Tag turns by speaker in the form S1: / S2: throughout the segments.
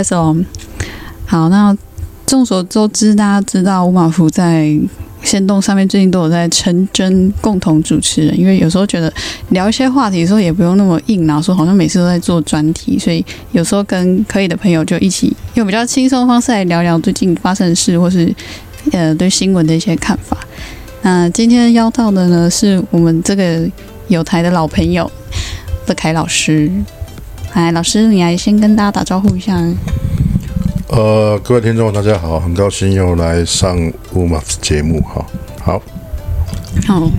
S1: 开始哦。好，那众所周知，大家知道五马福在仙动上面最近都有在成真共同主持人，因为有时候觉得聊一些话题的时候也不用那么硬然后说好像每次都在做专题，所以有时候跟可以的朋友就一起用比较轻松的方式来聊聊最近发生的事，或是呃对新闻的一些看法。那今天邀到的呢，是我们这个有台的老朋友乐凯老师。哎，老师，你来先跟大家打招呼一下。
S2: 呃，各位听众大家好，很高兴又来上乌马节目哈。好，
S1: 好，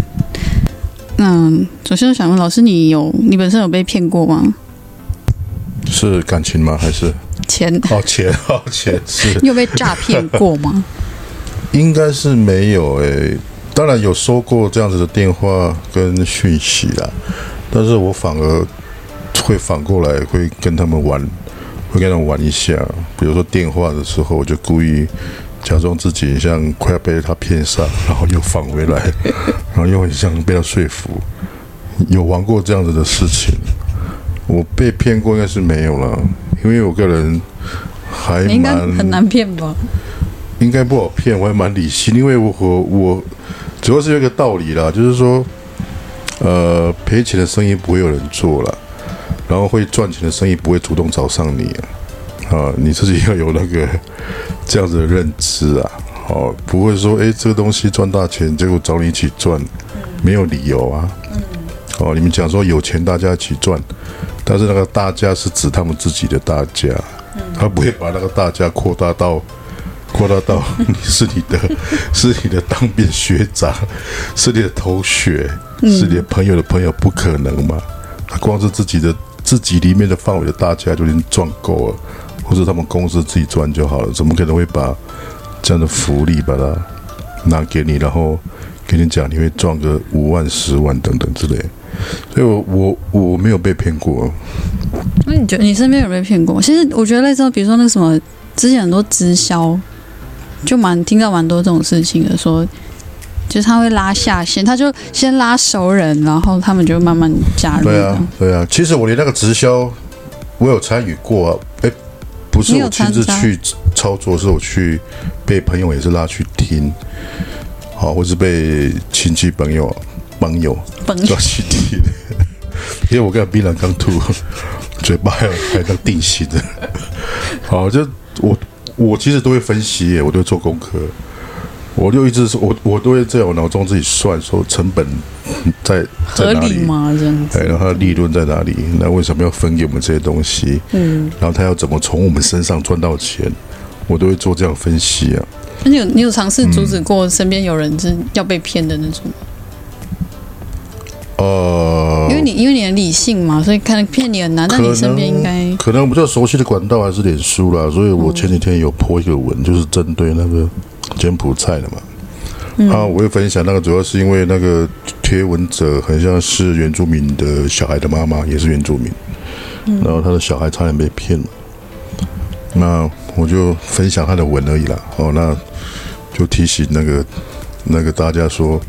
S1: 嗯，首先我想问老师，你有你本身有被骗过吗？
S2: 是感情吗？还是
S1: 钱
S2: 哦钱哦钱是
S1: 你有被诈骗过吗？
S2: 应该是没有诶、当然有收过这样子的电话跟讯息啊啦，但是我反而会反过来会跟他们玩，会跟他们玩一下。比如说电话的时候，我就故意假装自己像快要被他骗上，然后又返回来，然后又很像被他说服。有玩过这样子的事情，我被骗过应该是没有了，因为我个人还
S1: 你应该
S2: 蛮
S1: 很难骗吧？
S2: 应该不好骗，我还蛮理性，因为我我我主要是有一个道理啦，就是说，呃，赔钱的生意不会有人做了，然后会赚钱的生意不会主动找上你啊，啊你自己要有那个这样子的认知啊，哦，不会说诶，这个东西赚大钱，结果找你一起赚，没有理由啊，哦，你们讲说有钱大家一起赚，但是那个大家是指他们自己的大家，他不会把那个大家扩大到。扩大到 你是你的，是你的当兵学长， 是你的同学，是你的朋友的朋友，不可能嘛？他光是自己的自己里面的范围的大家就已经赚够了，或者他们公司自己赚就好了，怎么可能会把这样的福利把它拿给你，然后给你讲你会赚个五万、十万等等之类的？所以我我我没有被骗过，
S1: 那你觉得你身边有被骗过？其实我觉得类似，比如说那个什么，之前很多直销，就蛮听到蛮多这种事情的，说就是他会拉下线，他就先拉熟人，然后他们就慢慢加入。
S2: 对啊，对啊，其实我连那个直销，我有参与过啊。哎，不是
S1: 你有
S2: 我亲自
S1: 参加
S2: 去操作，是我去被朋友也是拉去听，好，或是被亲戚朋友朋友
S1: 本
S2: 抓去听。 因为我跟槟榔刚吐， 嘴巴还有还刚定型的。好，就我我其实都会分析耶，我都会做功课。我就一直说，我我都会在我脑中自己算，说成本在在
S1: 合
S2: 哪
S1: 理
S2: 里，
S1: 吗？这样
S2: 哎，
S1: 子，
S2: 然后它的利润在哪里？那为什么要分给我们这些东西？
S1: 嗯，
S2: 然后他要怎么从我们身上赚到钱？我都会做这样分析啊。
S1: 那你有你有尝试阻止过身边有人是要被骗的那种吗？
S2: 呃，
S1: 因为你因为你很理性嘛，所以看骗你很难。但
S2: 可
S1: 你身边应该
S2: 能可能比较熟悉的管道还是脸书啦，所以我前几天有 po 一个文，就是针对那个柬埔寨的嘛。啊，我会分享那个，主要是因为那个贴文者很像是原住民的小孩的妈妈，也是原住民，然后他的小孩差点被骗了。那我就分享他的文而已啦。哦，那就提醒那个那个大家说，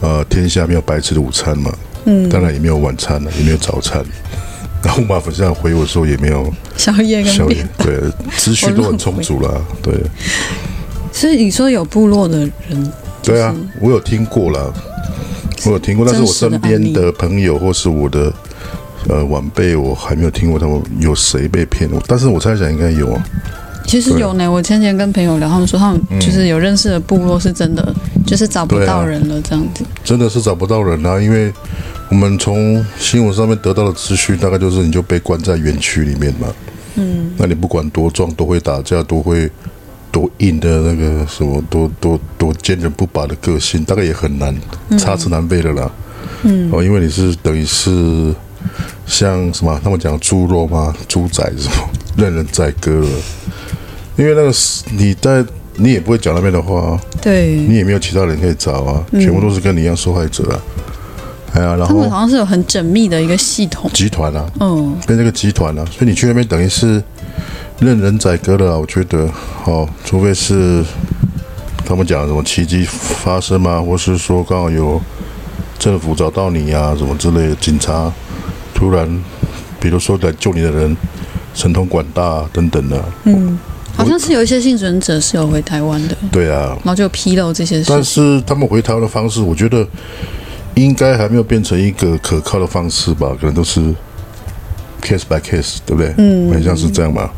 S2: 呃，天下没有白吃的午餐嘛，嗯，当然也没有晚餐了，也没有早餐。然后马粉上回我说也没有
S1: 宵夜跟
S2: 宵
S1: 便
S2: 夜，对，资讯都很充足啦，对，
S1: 所以你说有部落的人，
S2: 对啊，我有听过啦，我有听过，但是我身边
S1: 真实的
S2: 的朋友或是我的呃晚辈，我还没有听过他们有谁被骗，我但是我猜想应该有啊，
S1: 其实有呢。我前几天跟朋友聊，他们说他们就是有认识的部落是真的，就是找不到人了这样子。
S2: 真的是找不到人啊，因为我们从新闻上面得到的资讯，大概就是你就被关在园区里面嘛，嗯，那你不管多壮，都会打架，都会多硬的那个什么，多多多坚韧不拔的个性，大概也很难插翅难飞的啦，嗯，哦，因为你是等于是像什么，他们讲猪肉嘛，猪仔什么，任人宰割了，因为那个是你在你也不会讲那边的话、啊。
S1: 对，
S2: 你也没有其他人可以找啊，全部都是跟你一样受害者啊。哎呀，然
S1: 嗯他们
S2: 后
S1: 好像是有很缜密的一个系统。
S2: 集团啊，
S1: 嗯，
S2: 跟这个集团啊，所以你去那边等于是任人宰割了啊，我觉得哦，除非是他们讲什么奇迹发生啊，或是说刚好有政府找到你啊，什么之类的，警察突然，比如说来救你的人神通广大、啊、等等的、啊。
S1: 嗯，好像是有一些幸存者是有回台湾的，
S2: 对啊，
S1: 然后就披露这些
S2: 但
S1: 事。
S2: 是他们回台湾的方式，我觉得应该还没有变成一个可靠的方式吧，可能都是 case by case，对不对？嗯，很像是这样嘛。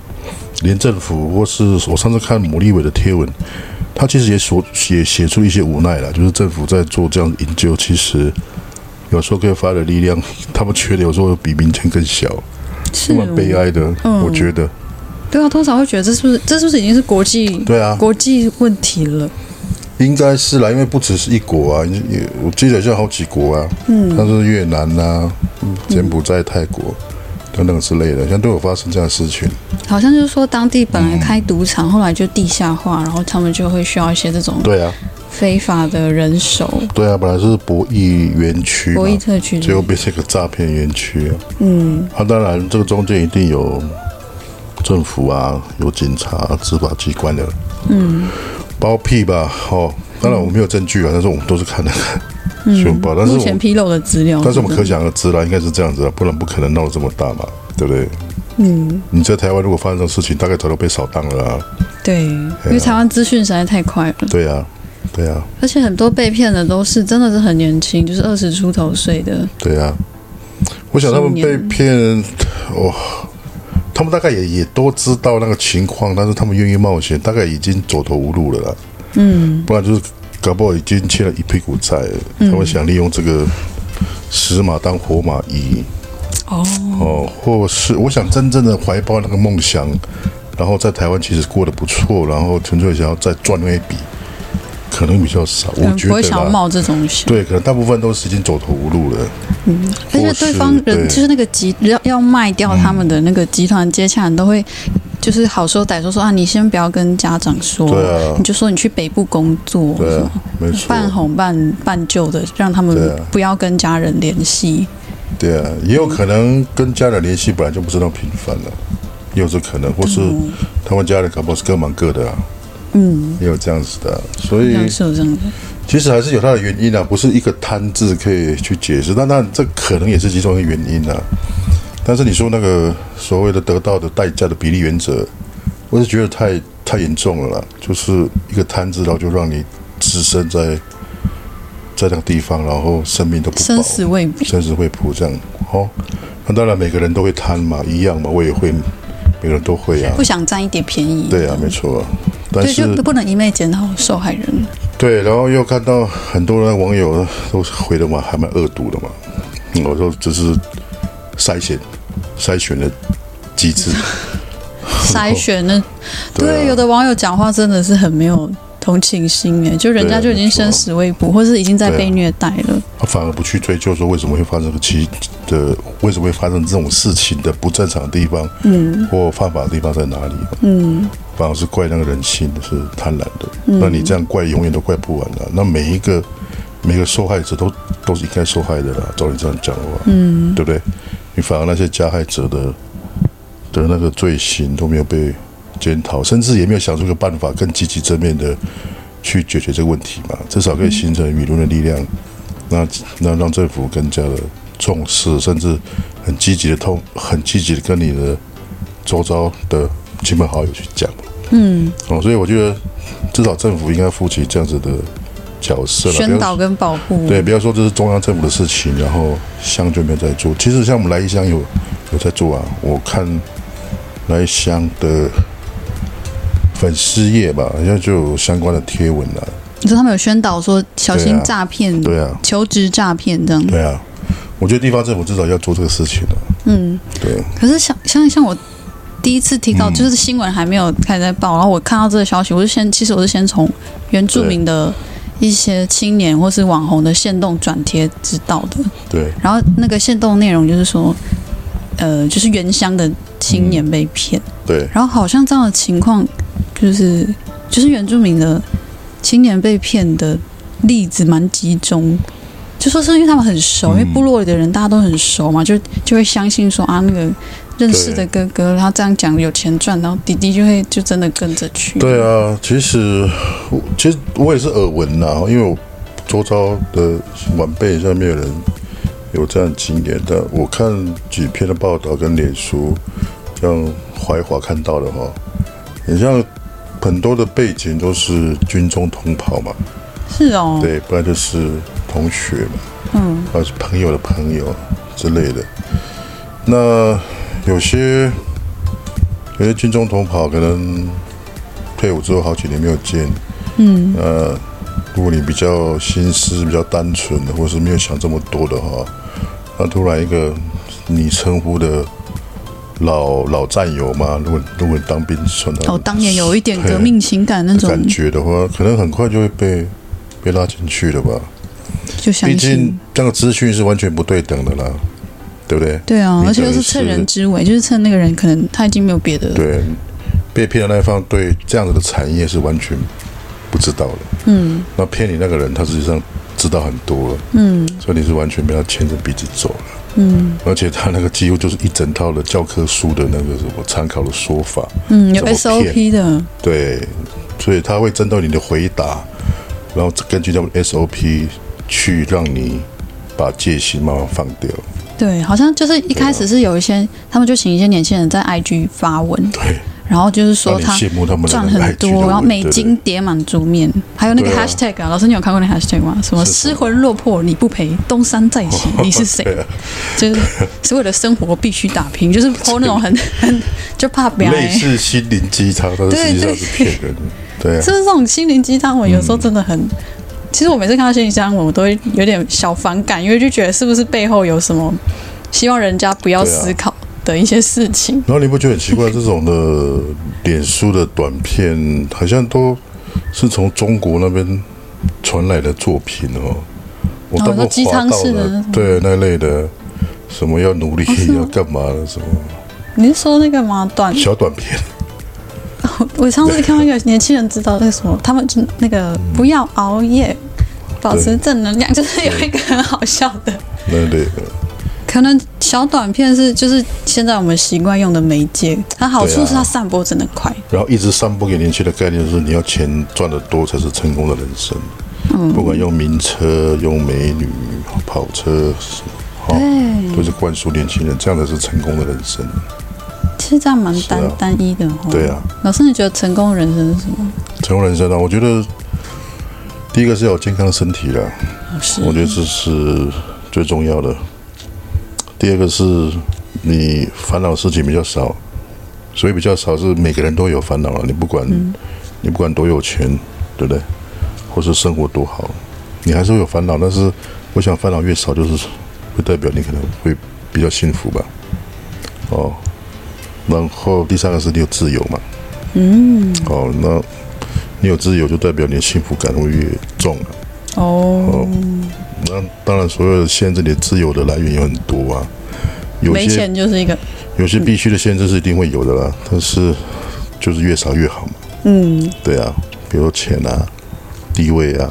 S2: 连政府或是我上次看牡蛎伟的贴文，他其实也所写写出一些无奈了，就是政府在做这样的营救，其实有时候可以发的力量，他们缺的有时候比民间更小，
S1: 是
S2: 是蛮悲哀的，我觉得。
S1: 对啊，通常会觉得这是不是这是不是已经是国际
S2: 对啊，
S1: 国际问题了？
S2: 应该是啦，因为不只是一国啊，也我记得像好几国啊，嗯，像是越南呐、嗯柬埔寨、泰国等等之类的，像都有发生这样的事情。
S1: 好像就是说当地本
S2: 嗯
S1: 来开赌场，后来就地下化，然后他们就会需要一些这种
S2: 对啊，
S1: 非法的人手。
S2: 对啊，本来是博弈园区嘛，
S1: 博弈特区
S2: 结果变成一个诈骗园区啊。
S1: 嗯，
S2: 啊，当然这个中间一定有政府啊，有警察、执法机关的，嗯，包庇吧，哦，当然我没有证据啊，但是我们都是看那个
S1: 嗯
S2: 新闻报，但是
S1: 目
S2: 我
S1: 前披露的资料，
S2: 但是我们可想而知啦，应该是这样子啦，不然不可能闹得这么大嘛，对不对？
S1: 嗯，
S2: 你在台湾如果发生这种事情，大概早就被扫荡了啊，
S1: 对，因为台湾资讯实在太快了，
S2: 对啊，对啊，
S1: 而且很多被骗的都是真的是很年轻，就是二十出头岁的，
S2: 对啊。我想他们被骗，哦，他们大概也也都知道那个情况，但是他们愿意冒险，大概已经走投无路了啦，
S1: 嗯，
S2: 不然就是搞不好已经欠了一屁股债了，他们想利用这个死马当活马医，
S1: 哦，
S2: 哦，或是我想真正的怀抱那个梦想，然后在台湾其实过得不错，然后纯粹想要再赚那一笔，可能比较少，
S1: 可
S2: 我
S1: 能
S2: 觉
S1: 不会
S2: 得
S1: 想要
S2: 啦。
S1: 冒这种险。
S2: 对，可能大部分都是已经走投无路了。
S1: 而且对方
S2: 或是
S1: 人
S2: 对
S1: 就是那个集要要卖掉他们的那个集团接洽人都会，就是好说歹说说啊，你先不要跟家长说，
S2: 对啊
S1: 你就说你去北部工作，
S2: 对啊，没错。
S1: 半红半半旧的，让他
S2: 对
S1: 们
S2: 啊
S1: 不要跟家人联系。
S2: 对啊，也有可能跟家人联系本来就不是那么频繁了，也有这可能，或是他们家人搞不好是各忙各的啊，
S1: 嗯，
S2: 也有这样子的啊、所
S1: 这
S2: 以
S1: 样是有这样的，
S2: 其实还是有它的原因啊，不是一个贪字可以去解释。但然，这可能也是其中一个原因啊。但是你说那个所谓的得到的代价的比例原则，我是觉得太太严重了啦，就是一个贪字，然后就让你置身在在那个地方，然后生命都不保，
S1: 生死未卜。
S2: 生死会卜这样哦。那当然每个人都会贪嘛，一样嘛，我也会，每个人都会啊
S1: 不。想占一点便宜，
S2: 对啊，没错、啊。但
S1: 对，
S2: 是
S1: 就不能一昧检讨受害人。
S2: 对，然后又看到很多的网友都回的嘛，还蛮恶毒的嘛。嗯我说这是筛选筛选的机制，
S1: 筛选那
S2: 对啊
S1: 对有的网友讲话真的是很没有同情心哎，就人
S2: 对
S1: 家
S2: 啊
S1: 就已经
S2: 没错啊
S1: 生死未卜，或是已经在
S2: 对啊
S1: 被虐待了。
S2: 他反而不去追究说为什么会发生个其的，为什么会发生这种事情的不正常的地方，嗯，或犯法的地方在哪里，嗯，反而是怪那个人性的是贪婪的。那你这样怪永远都怪不完的、那每一个每个受害者都都是应该受害的啦，照你这样讲的话，嗯，对不对？你反而那些加害者的的那个罪行都没有被检讨，甚至也没有想出一个办法更积极正面的去解决这个问题嘛，至少可以形成舆论的力量，那那让政府更加的重视，甚至很积极的通，很积极的跟你的周遭的亲朋好友去讲，
S1: 嗯，
S2: 哦，所以我觉得至少政府应该负起这样子的角色啦，不
S1: 宣
S2: 要
S1: 导跟保护。
S2: 啊对，不要说这是中央政府的事情，然后乡就没有在做。其实像我们来义乡有有在做啊，我看来义乡的粉丝页吧，好像就有相关的贴文了、
S1: 你说他们有宣导说小心诈骗，
S2: 对啊，
S1: 求职诈骗这样。
S2: 对啊，我觉得地方政府至少要做这个事情啊了、
S1: 嗯，
S2: 对，嗯
S1: 可是像像像我第一次听到，就是新闻还没有开始在报，然后我看到这个消息，我是先其实我是先从原住民的一些青年或是网红的线动转贴知道的，
S2: 对，
S1: 然后那个线动内容就是说，呃，就是原乡的青
S2: 嗯
S1: 年被骗，
S2: 对，
S1: 然后好像这样的情况，就是就是原住民的青年被骗的例子蛮集中，就说是因为他们很熟，
S2: 嗯
S1: 因为部落里的人大家都很熟嘛，就就会相信说啊那个认识的哥哥，他这样讲有钱赚，然后弟弟就会就真的跟着去。
S2: 对啊，其实我其实我也是耳闻啦，因为我周遭的晚辈上面有人有这样的经验，但我看几篇的报道跟脸书，像怀华看到的哈，你像很多的背景都是军中同袍嘛，
S1: 是哦，
S2: 对，不然就是同学嘛，
S1: 嗯
S2: 或者是朋友的朋友之类的。那有些有些军中同袍可能退伍之后好几年没有见，
S1: 嗯
S2: 呃，如果你比较心思比较单纯的，或是没有想这么多的话，那突然一个你称呼的老老战友嘛，如果如果你当兵算到
S1: 哦，当年有一点革命情感那
S2: 对
S1: 种，
S2: 感觉的话，可能很快就会被被拉进去了吧。
S1: 就相
S2: 毕
S1: 信
S2: 竟。这个资讯是完全不对等的啦，对不对？
S1: 对啊，
S2: 你
S1: 而且又
S2: 等于
S1: 是趁
S2: 是
S1: 人之危，就是趁那个人可能他已经没有别的，
S2: 对，被骗的那一方对这样子的产业是完全不知道的。
S1: 嗯
S2: 那骗你那个人，他实际上知道很多了，
S1: 嗯
S2: 所以你是完全被他牵着鼻子走了。
S1: 嗯
S2: 而且他那个几乎就是一整套的教科书的那个什么参考的说法，
S1: 嗯，有
S2: 怎么
S1: SOP 的，
S2: 对，所以他会针对你的回答，然后根据他们 SOP 去让你把戒心慢慢放掉。
S1: 对，好像就是一开始是有一些，他们就请一些年轻人在 IG 发文，
S2: 对，
S1: 然后就是说
S2: 让哦你
S1: 他
S2: 羡慕他们的
S1: 赚
S2: 那个
S1: 很
S2: IG 的
S1: 多，然后
S2: 文
S1: 美
S2: 对
S1: 金叠满桌面，还有那个
S2: 对啊
S1: hashtag 啊，老师你有看过那个 hashtag 吗？什么
S2: 是什
S1: 失
S2: 么
S1: 魂落魄你不陪，东山再起你是谁？
S2: 对啊
S1: 就是是为了生活必须打 拼，就是 po 那种很很就怕别
S2: 类
S1: 人。
S2: 似心灵鸡汤，但是
S1: 对
S2: 实际上
S1: 对
S2: 是骗人的。对啊
S1: 就是这种心灵鸡汤文，有时候真的很。
S2: 嗯
S1: 其实我每次看到心灵鸡汤文，我都会有点小反感，因为就觉得是不是背后有什么希望人家不要
S2: 对啊
S1: 思考的一些事情。
S2: 然后你不觉得很奇怪，这种的脸书的短片好像都是从中国那边传来的作品哦。我当过
S1: 你说鸡
S2: 滑
S1: 汤
S2: 道
S1: 式的那
S2: 的
S1: 种，
S2: 对那类的，什么要努力、
S1: 是吗
S2: 要干嘛的，什么
S1: 你是说那个吗？短？
S2: 小短片，
S1: 我上次看到一个年轻人知道那个什么，他们就那个不要熬夜，保持正能量，就是有一个很好笑的。
S2: 那类的，
S1: 可能小短片是就是现在我们习惯用的媒介，它好处
S2: 对啊
S1: 是它散播真的快，
S2: 然后一直散播给年轻的概念就是你要钱赚得多才是成功的人生，不管用名车、用美女、跑车，好、
S1: 对
S2: 都是灌输年轻人这样才是成功的人生。
S1: 其实这样蛮单、
S2: 是啊
S1: 单一的哦。
S2: 对啊，
S1: 老师，你觉得成功人生是什么？
S2: 成功人生啊，我觉得第一个是要有健康的身体啦，
S1: 老师，
S2: 我觉得这是最重要的。第二个是你烦恼的事情比较少，所以比较少是每个人都有烦恼啊了。你不管、你不管多有钱，对不对？或是生活多好，你还是会有烦恼。但是我想烦恼越少，就是会代表你可能会比较幸福吧。哦，然后第三个是你有自由嘛？嗯。哦，那你有自由，就代表你的幸福感会越重啊了。
S1: 哦，
S2: 那当然，所有的限制你的自由的来源有很多啊，有
S1: 没嗯
S2: 些
S1: 钱就是一个，
S2: 有些必须的限制是一定会有的啦，但是就是越少越好嘛。
S1: 嗯，
S2: 对啊，比如说钱啊、地位啊，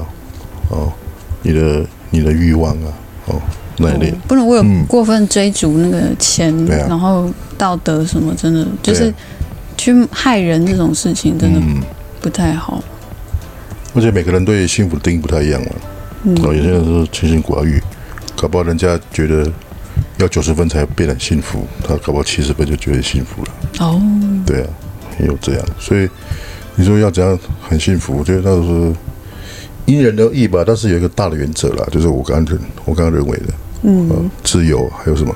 S2: 哦，你的你的欲望啊，哦那一类，
S1: 不能我有过分追逐那个钱，
S2: 对啊
S1: 然后道德什么，真的就
S2: 对啊
S1: 是去害人这种事情，真的
S2: 嗯，
S1: 不太好。
S2: 而且每个人对幸福的定义不太一样嘛。
S1: 嗯
S2: 哦，有些人是清心寡欲，搞不好人家觉得要九十分才变得幸福，他搞不好七十分就觉得幸福了。
S1: 哦，
S2: 对啊，也有这样，所以你说要怎样很幸福，我觉得那是因人而异吧。但是有一个大的原则啦，就是我刚刚认我刚刚认为的，
S1: 嗯
S2: 呃，自由还有什么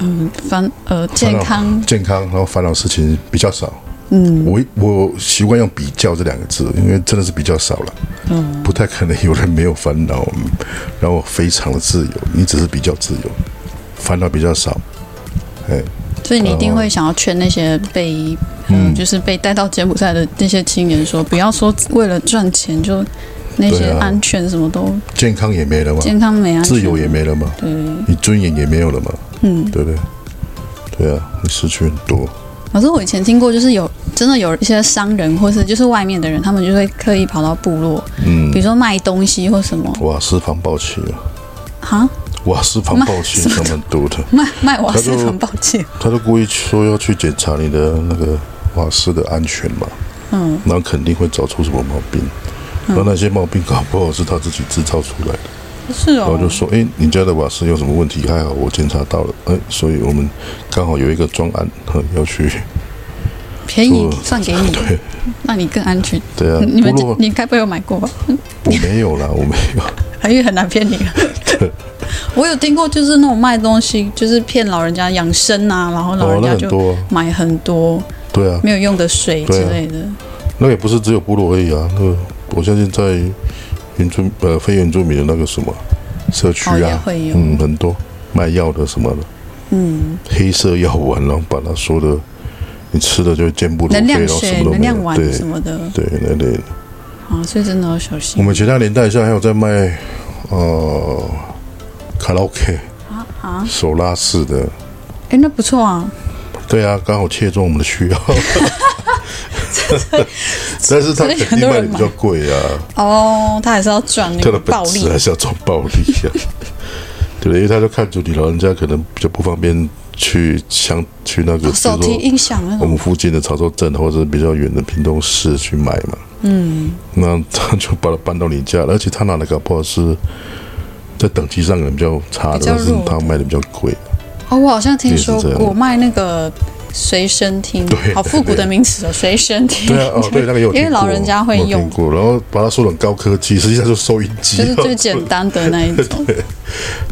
S1: 嗯，反呃健康，
S2: 健康，然后烦恼事情比较少。
S1: 嗯
S2: 我我习惯用“比较”这两个字，因为真的是比较少了，
S1: 嗯，
S2: 不太可能有人没有烦恼，嗯然后非常的自由。你只是比较自由，烦恼比较少，哎，
S1: 所以你一定会想要劝那些被嗯、
S2: 嗯
S1: 就是被带到柬埔寨的那些青年说，不要说为了赚钱就那些
S2: 对啊
S1: 安全什么都、
S2: 健康也没了嘛，
S1: 健康没安全，
S2: 自由也没了嘛，
S1: 对，
S2: 你尊严也没有了嘛。
S1: 嗯。
S2: 对不对？对啊，你失去很多。
S1: 老师，我以前听过，就是有真的有一些商人或是就是外面的人，他们就会刻意跑到部落，
S2: 嗯
S1: 比，如说卖东西或什么，
S2: 瓦斯防爆器啊，
S1: 哈，
S2: 瓦斯防爆器
S1: 妈
S2: 他们多的，
S1: 卖卖瓦斯
S2: 他就
S1: 防爆器，
S2: 他都故意说要去检查你的那个瓦斯的安全嘛，
S1: 嗯，
S2: 然后肯定会找出什么毛病。那那些毛病搞不好是他自己制造出来的，
S1: 是
S2: 然后
S1: 哦
S2: 就，说：“哎，你家的瓦斯有什么问题？还好我检查到了，哎，所以我们刚好有一个专案，呵要去。
S1: 便宜
S2: 说
S1: 算给你，
S2: 对
S1: 让你更安全。
S2: 对啊，
S1: 你们
S2: 部落
S1: 你该不会有买过吧？
S2: 我没有啦，我没有。
S1: 韩愈很难骗你。啊我有听过，就是那种卖东西，就是骗老人家养生啊，然后 老
S2: 哦
S1: 人，
S2: 那
S1: 家
S2: 很
S1: 就
S2: 多啊，
S1: 买很多
S2: 对啊，
S1: 没有用的水之
S2: 对啊
S1: 类的。
S2: 那也不是只有部落而已啊。那个我相信在原住呃非原住民的那个什么社区
S1: 哦，也
S2: 啊，
S1: 会有，
S2: 嗯，很多卖药的什么的，
S1: 嗯，
S2: 黑色药丸，然后把它说的你吃了就健步如飞，
S1: 能
S2: 然
S1: 量
S2: 后啊什
S1: 水、
S2: 么都
S1: 能
S2: 没
S1: 量
S2: 有。
S1: 丸
S2: 对
S1: 什么的
S2: 对，那类的。
S1: 啊，所以真的要小
S2: 我
S1: 心
S2: 们其他年代下还有在卖呃卡拉 OK
S1: 啊啊！
S2: 手拉式的，
S1: 哎，那不错啊，
S2: 对啊，刚好切中我们的需 要。 但是它
S1: 所以
S2: 肯
S1: 很
S2: 定
S1: 多
S2: 卖
S1: 人
S2: 的比较贵啊，
S1: 哦，他还是要赚那
S2: 它
S1: 个
S2: 的
S1: 暴
S2: 本
S1: 利
S2: 质，还是要装暴力 啊。对，因为他就看出你老人家可能比较不方便去乡去那个，比如
S1: 手
S2: 说
S1: 提音响那
S2: 我们
S1: 种，
S2: 附近的潮州镇或者是比较远的屏东市去买嘛。
S1: 嗯，
S2: 那他 就把它搬到你家了，而且他拿的搞不好是在等级上可能比较差的，
S1: 比较
S2: 但
S1: 弱
S2: 是他卖的比较贵。
S1: 哦，我好像听说
S2: 也是这样
S1: 过卖那个随身听
S2: 对，
S1: 好复古的名词哦，随身听，
S2: 对啊， 哦，对，那个也有听过，
S1: 因为老人家会
S2: 我有
S1: 用
S2: 听过，然后把它说得很高科技，实际上就是收音机
S1: 就
S2: 啊。
S1: 是最 简单的那一种。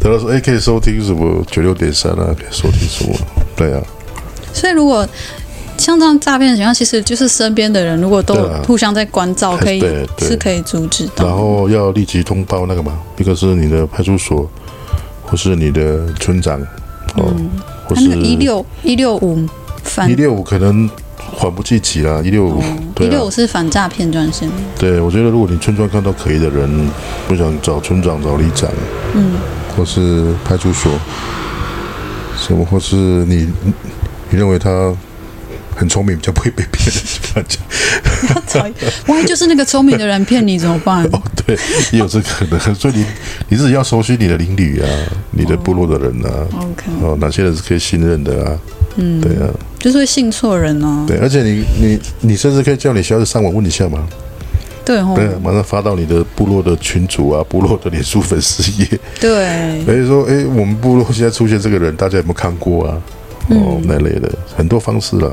S2: 他就说：“哎，可以收听什么九六点三啊，可以收听什么？对啊，
S1: 所以如果像这样诈骗的情况，其实就是身边的人如果都
S2: 对啊
S1: 互相在关照，可以
S2: 对对
S1: 是可以阻止
S2: 然
S1: 到。啊
S2: 后要立即通报那个嘛，一个是你的派出所，或是你的村长，哦，或
S1: 嗯他
S2: 是
S1: 那个一六一六五反哦
S2: 一六五可能缓不济急啦，一六五，
S1: 一
S2: 对啊
S1: 六五，是反诈骗专线，
S2: 对，我觉得如果你村庄看到可疑的人，不想找村长、找里长，
S1: 嗯，
S2: 或是派出所，什么，或是你你认为他很聪明，比较不会被骗，就把他讲
S1: 万一就是那个聪明的人骗你怎么 办？
S2: 哦，对，也有这可能，所以你你自己要熟悉你的邻里啊，你的部落的人啊，
S1: OK，
S2: 哦，哪些人是可以信任的啊，
S1: 嗯，
S2: 对啊，
S1: 就是会信错人哦。
S2: 对，而且你你你甚至可以叫你小孩子上网问一下嘛，
S1: 对哦，
S2: 对啊，马上发到你的部落的群组啊， 部落的脸书粉丝页。
S1: 嗯对，
S2: 所以说，哎、我们部落现在出现这个人，大家有没有看过啊？哦，那类的很多方式啦。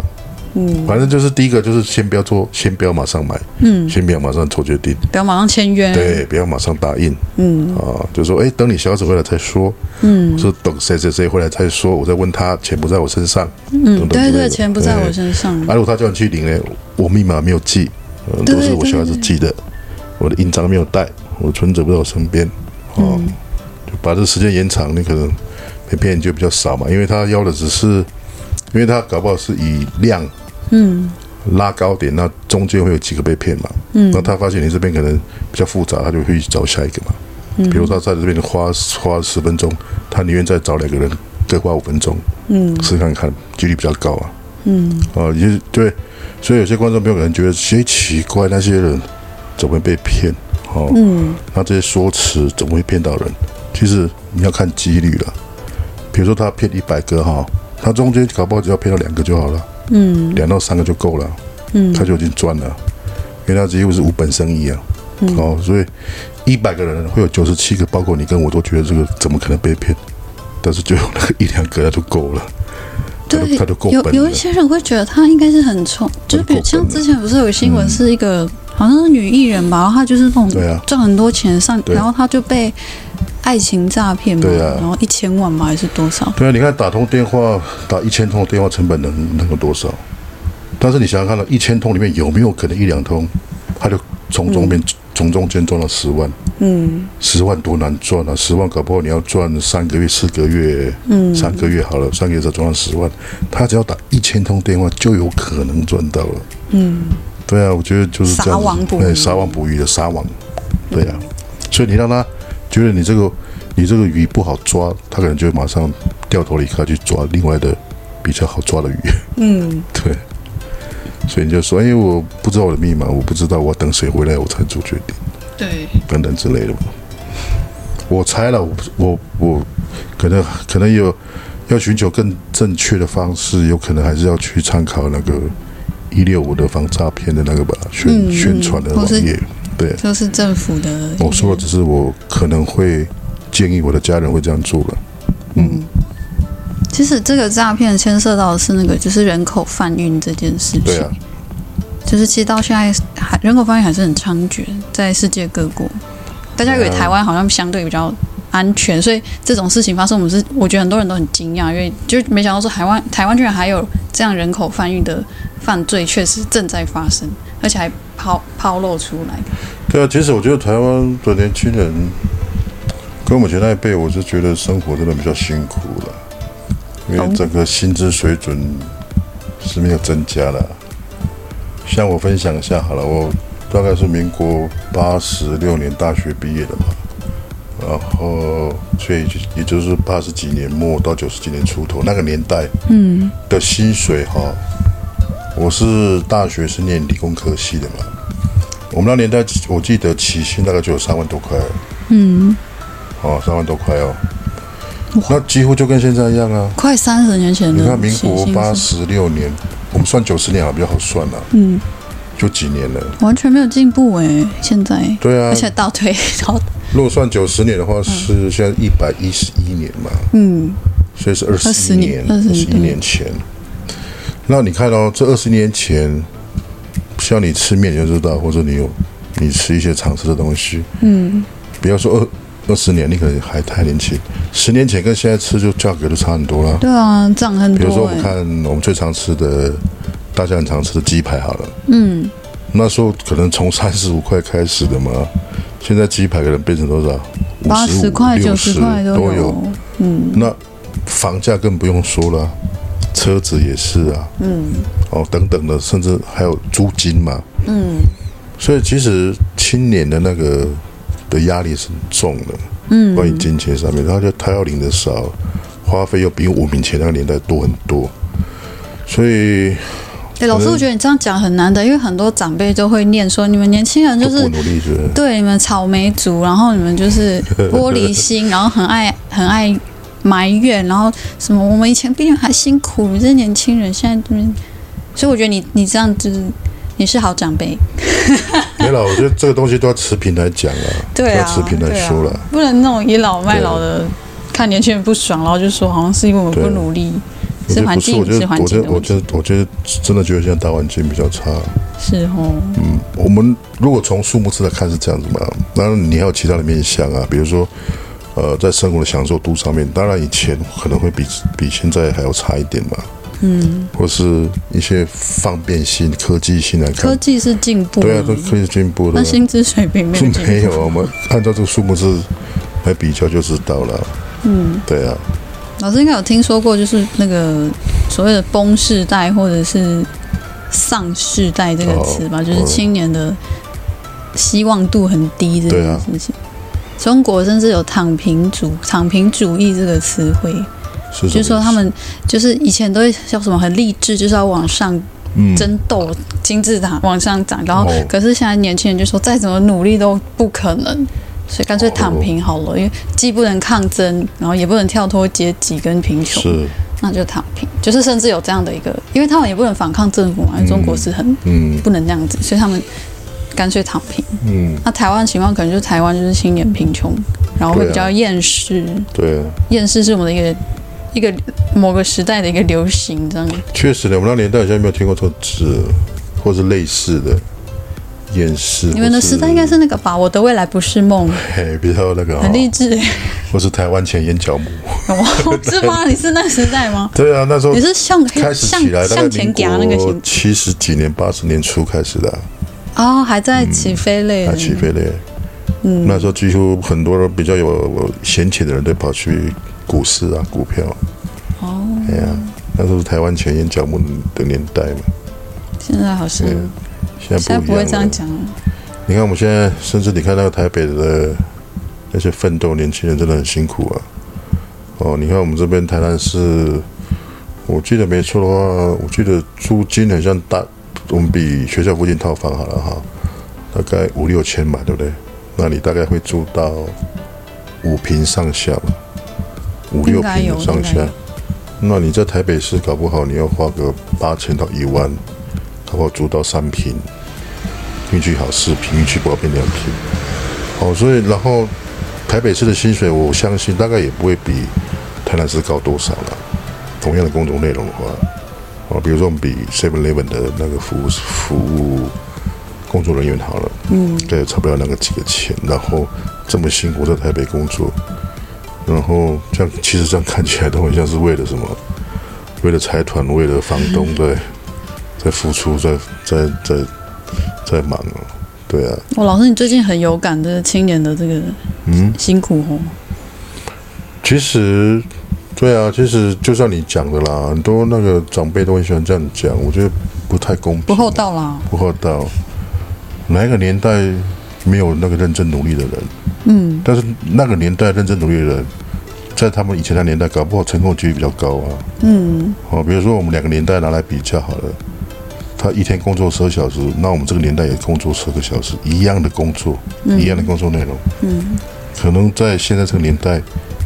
S1: 嗯
S2: 反正就是第一个就是先不要做，先不要马上买，
S1: 嗯，
S2: 先不要马上做决定，
S1: 不要马上签约。
S2: 对，不要马上答应
S1: 嗯
S2: 啊，就说哎、等你小孩子回来再说，
S1: 嗯
S2: 说等谁谁谁回来再说，我再问他钱不在我身上，
S1: 嗯，
S2: 等等
S1: 对
S2: 之类
S1: 对，
S2: 的
S1: 钱不在我
S2: 对
S1: 身上。
S2: 啊，如果他叫你去领呢，我密码没有记，呃、
S1: 对
S2: 都是我小孩子记的，我的印章没有带，我的存折不在我身边，哦，
S1: 嗯
S2: 就把这时间延长，你可能被骗就比较少嘛，因为他要的只是，因为他搞不好是以量
S1: 嗯
S2: 拉高点，那中间会有几个被骗嘛，
S1: 嗯
S2: 那他发现你这边可能比较复杂，他就会去找下一个嘛，
S1: 嗯
S2: 比如他在这边花花十分钟，他宁愿再找两个人各花五分钟，
S1: 嗯
S2: 试看看，几率比较高啊。
S1: 嗯，
S2: 啊，也就是对，所以有些观众朋友可能觉得，哎，奇怪，那些人怎么会被骗？哦，
S1: 嗯，
S2: 那这些说辞怎么会骗到人？其实你要看几率了。比如说他骗一百个哈、他中间搞不好只要骗到两个就好了，
S1: 嗯
S2: 两到三个就够了，
S1: 嗯
S2: 他就已经赚了，因为他几乎是无本生意啊。
S1: 嗯
S2: 哦，所以一百个人会有九十七个，包括你跟我都觉得这个怎么可能被骗？但是就有那个一两个他就够了，他就
S1: 对
S2: 他就够
S1: 有
S2: 本
S1: 有
S2: 了
S1: 一。些人会觉得他应该是很聪，就是比如
S2: 够
S1: 像
S2: 本的嗯
S1: 之前不是有新闻是一个、好像是女艺人吧，然后她就是那种
S2: 对啊
S1: 赚很多钱上，
S2: 对
S1: 然后她就被爱情诈骗嘛，
S2: 对啊
S1: 然后一千万吧还是多少？
S2: 对啊，你看打通电话，打一千通的电话成本能能有多少？但是你想想看了，一千通里面有没有可能一两通，他就从中面、从中间赚到十万？
S1: 嗯
S2: 十万多难赚啊！十万搞不好你要赚三个月、四个月，
S1: 嗯
S2: 三个月好了，三个月才赚到十万。他只要打一千通电话，就有可能赚到了。
S1: 嗯，
S2: 对啊，我觉得就是这样
S1: 撒
S2: 子，
S1: 网捕鱼
S2: 哎撒网捕鱼的撒网，对啊，所以你让他觉得你这个你这个鱼不好抓，他可能就会马上掉头离开去抓另外的比较好抓的鱼，
S1: 嗯，
S2: 对，所以你就说，哎，我不知道我的密码，我不知道我要等谁回来我才做决定，
S1: 对，
S2: 等等之类的嘛。我猜了，我我我可能可能有要寻求更正确的方式，有可能还是要去参考那个一六五的防诈骗的那个吧宣、
S1: 嗯嗯
S2: 宣传的网
S1: 或是
S2: 页。对，哦
S1: 就是政府的，
S2: 我说的只是我可能会建议我的家人会这样做了。
S1: 嗯，其实这个诈骗牵涉到的是那个，就是人口贩运这件事情。
S2: 对啊，
S1: 就是其实到现在还人口贩运还是很猖獗，在世界各国。大家以为
S2: 对啊
S1: 台湾好像相对比较安全，所以这种事情发生，我们是我觉得很多人都很惊讶，因为就没想到说台湾台湾居然还有这样人口贩运的犯罪，确实正在发生，而且还抛抛露出来。
S2: 对啊，其实我觉得台湾的年轻人跟我们前那一辈，我是觉得生活真的比较辛苦了，因
S1: 懂
S2: 为整个薪资水准是没有增加的。像我分享一下好了，我大概是民国八十六年大学毕业的嘛，然后所以就也就是八十几年末到九十几年出头那个年代，
S1: 嗯
S2: 的薪水哈，我是大学是念理工科系的嘛，我们那年代我记得起薪大概就有三万多块
S1: 嗯，
S2: 哦，三万多块哦，那几乎就跟现在一样啊。
S1: 快三十年前的
S2: 你看民国
S1: 情形
S2: 八
S1: 是，
S2: 十六年，我们算九十年啊，比较好算了、
S1: 嗯，
S2: 就几年了。
S1: 完全没有进步哎、现在。
S2: 对啊
S1: 而，且倒退，然后
S2: 如果算九十年的话，是现在一百一十一年嘛，
S1: 嗯，
S2: 所以是二十
S1: 20
S2: 一
S1: 年
S2: 年，
S1: 20
S2: 十一
S1: 嗯
S2: 年前。那你看哦，这二十年前，像你吃面你就知道，或者你有你吃一些常吃的东西，
S1: 嗯，
S2: 不要说二二十年，你可能还太年轻。十年前跟现在吃就价格就差很多啦。
S1: 对啊，涨很
S2: 比如说
S1: 多
S2: 我
S1: 哎、
S2: 们看我们最常吃的，大家很常吃的鸡排好了，
S1: 嗯，
S2: 那时候可能从三十五块开始的嘛，现在鸡排可能变成多少？
S1: 八十块、九
S2: 六
S1: 十
S2: 十
S1: 块
S2: 都
S1: 有，
S2: 有。
S1: 嗯
S2: 那房价更不用说了，车子也是啊，
S1: 嗯
S2: 哦等等的，甚至还有租金嘛。
S1: 嗯
S2: 所以其实青年的那个的压力是很重的，关于
S1: 嗯，
S2: 金钱上面，他就他要领的少，花费又比我们以前那个年代多很多。所以
S1: 哎，老师，
S2: 可能
S1: 我觉得你这样讲很难的，因为很多长辈就会念说，你们年轻人就
S2: 就不
S1: 是
S2: 努力是不是
S1: 对你们草莓族，然后你们就是 玻璃心，然后很爱很爱埋怨，然后什么我们以前比你们还辛苦，你们这些年轻人现在这边，所以我觉得你你这样就是你是好长辈，
S2: 没了，我觉得这个东西都要持平来讲啊，
S1: 对
S2: 都要
S1: 啊，
S2: 持平来
S1: 对啊
S2: 说了。
S1: 不能那种倚老卖老的，看年轻人不爽，然后就说好像是因为我们
S2: 对
S1: 不努力，
S2: 我觉
S1: 是
S2: 得
S1: 环
S2: 不是，我
S1: 境
S2: 觉
S1: 是
S2: 得
S1: 环
S2: 我觉
S1: 境
S2: 得
S1: 的
S2: 我
S1: 问题，
S2: 觉得我觉得真的觉得现在大环境比较差。
S1: 是哦，
S2: 嗯，我们如果从数目字来看是这样子嘛，当然你还有其他的面向啊，比如说，呃，在生活的享受度上面，当然以前可能会比比现在还要差一点嘛，
S1: 嗯，
S2: 或是一些方便性、科技性来
S1: 科
S2: 看，
S1: 技是进步，
S2: 啊对啊，都可以进步的
S1: 那
S2: 嘛，
S1: 薪资水平没有
S2: 是
S1: 进
S2: 没有啊，
S1: 步，
S2: 我们按照这个数目字来比较就知道了，
S1: 嗯，
S2: 对啊，
S1: 老师应该有听说过，就是那个所谓的“崩世代”或者是“丧世代”这个词吧，
S2: 哦
S1: 就是青年的希望度很低这
S2: 对
S1: 件
S2: 啊
S1: 事情。中国甚至有“躺平主”“躺平主义”这个词汇，
S2: 是
S1: 就是说他们就是以前都会叫什么很励志，就是要往上
S2: 嗯，
S1: 争斗、金字塔往上涨，然后
S2: 哦
S1: 可是现在年轻人就说再怎么努力都不可能，所以干脆躺平好
S2: 哦
S1: 了，因为既不能抗争，然后也不能跳脱阶级跟贫穷，
S2: 是
S1: 那就躺平。就是甚至有这样的一个，因为他们也不能反抗政府嘛，
S2: 嗯
S1: 中国是很
S2: 嗯
S1: 不能那样子，所以他们干脆躺平。
S2: 嗯，
S1: 那台湾情况可能就是台湾就是青年贫穷，然后会
S2: 对啊
S1: 比较厌世，
S2: 对啊。
S1: 厌世是我们的一个。一个某个时代的一个流行，这样
S2: 确实呢，我们那年代好像没有听过这个字，或是类似的厌世。
S1: 你们的
S2: 或是
S1: 时代应该是那个吧？我的未来不是梦，
S2: 嘿比较那个哈
S1: 很，励 志欸。
S2: 或是台湾前眼角膜。
S1: 哦，是吗？你是那时代吗？
S2: 对啊，那时候
S1: 你是向
S2: 开始
S1: 向
S2: 起来，大概
S1: 向前
S2: 民
S1: 夹那个
S2: 国
S1: 型
S2: 七十几年、八十年初开始的啊，
S1: 哦，还在起飞嘞，
S2: 它起飞嘞。
S1: 嗯，
S2: 那时候几乎很多比较有闲钱的人都跑去股市啊、股票。
S1: 哦，
S2: 哎呀，那时候是台湾前眼角膜的年代嘛。
S1: 现在好像
S2: 对现
S1: 嗯现在
S2: 在嗯不
S1: 不
S2: 一
S1: 会
S2: 样
S1: 这
S2: 了
S1: 样。讲了，
S2: 你看我们现在，甚至你看那个台北的那些奋斗年轻人，真的很辛苦啊。哦，你看我们这边台南市，我记得没错的话，我记得租金很像大，我们比学校附近套房好了哈，大概五六千嘛，对不对？那你大概会住到五平上下吧，五
S1: 应
S2: 六
S1: 该有
S2: 平上
S1: 应该
S2: 下
S1: 有。
S2: 那你在台北市搞不好你要花个八千到一万，搞不好租到三平，运气好四平，运气不好变两平。哦，所以然后台北市的薪水，我相信大概也不会比台南市高多少了。同样的工作内容的话，啊，比如说我们比 Seven Eleven 的那个服务服务工作人员好了，嗯，对，差不了那个几个钱，然后这么辛苦在台北工作，然后这样其实这样看起来都很像是为了什么？为了财团，为了房东，对，在付出，在在在在忙哦，对啊，
S1: 我、哦老师，你最近很有感这个青年的这个
S2: 嗯。
S1: 辛苦哦。
S2: 其实，对啊，其实就像你讲的啦，很多那个长辈都很喜欢这样讲，我觉得不太公平，
S1: 不厚，道啦。
S2: 不厚道。哪一个年代没有那个认真努力的人？
S1: 嗯，
S2: 但是那个年代认真努力的人，在他们以前的年代，搞不好成功几率比较高啊。
S1: 嗯，
S2: 哦，比如说我们两个年代拿来比较好了，他一天工作十二小时，那我们这个年代也工作十个小时，一样的工作，一样的工作内容，嗯，可能在现在这个年代，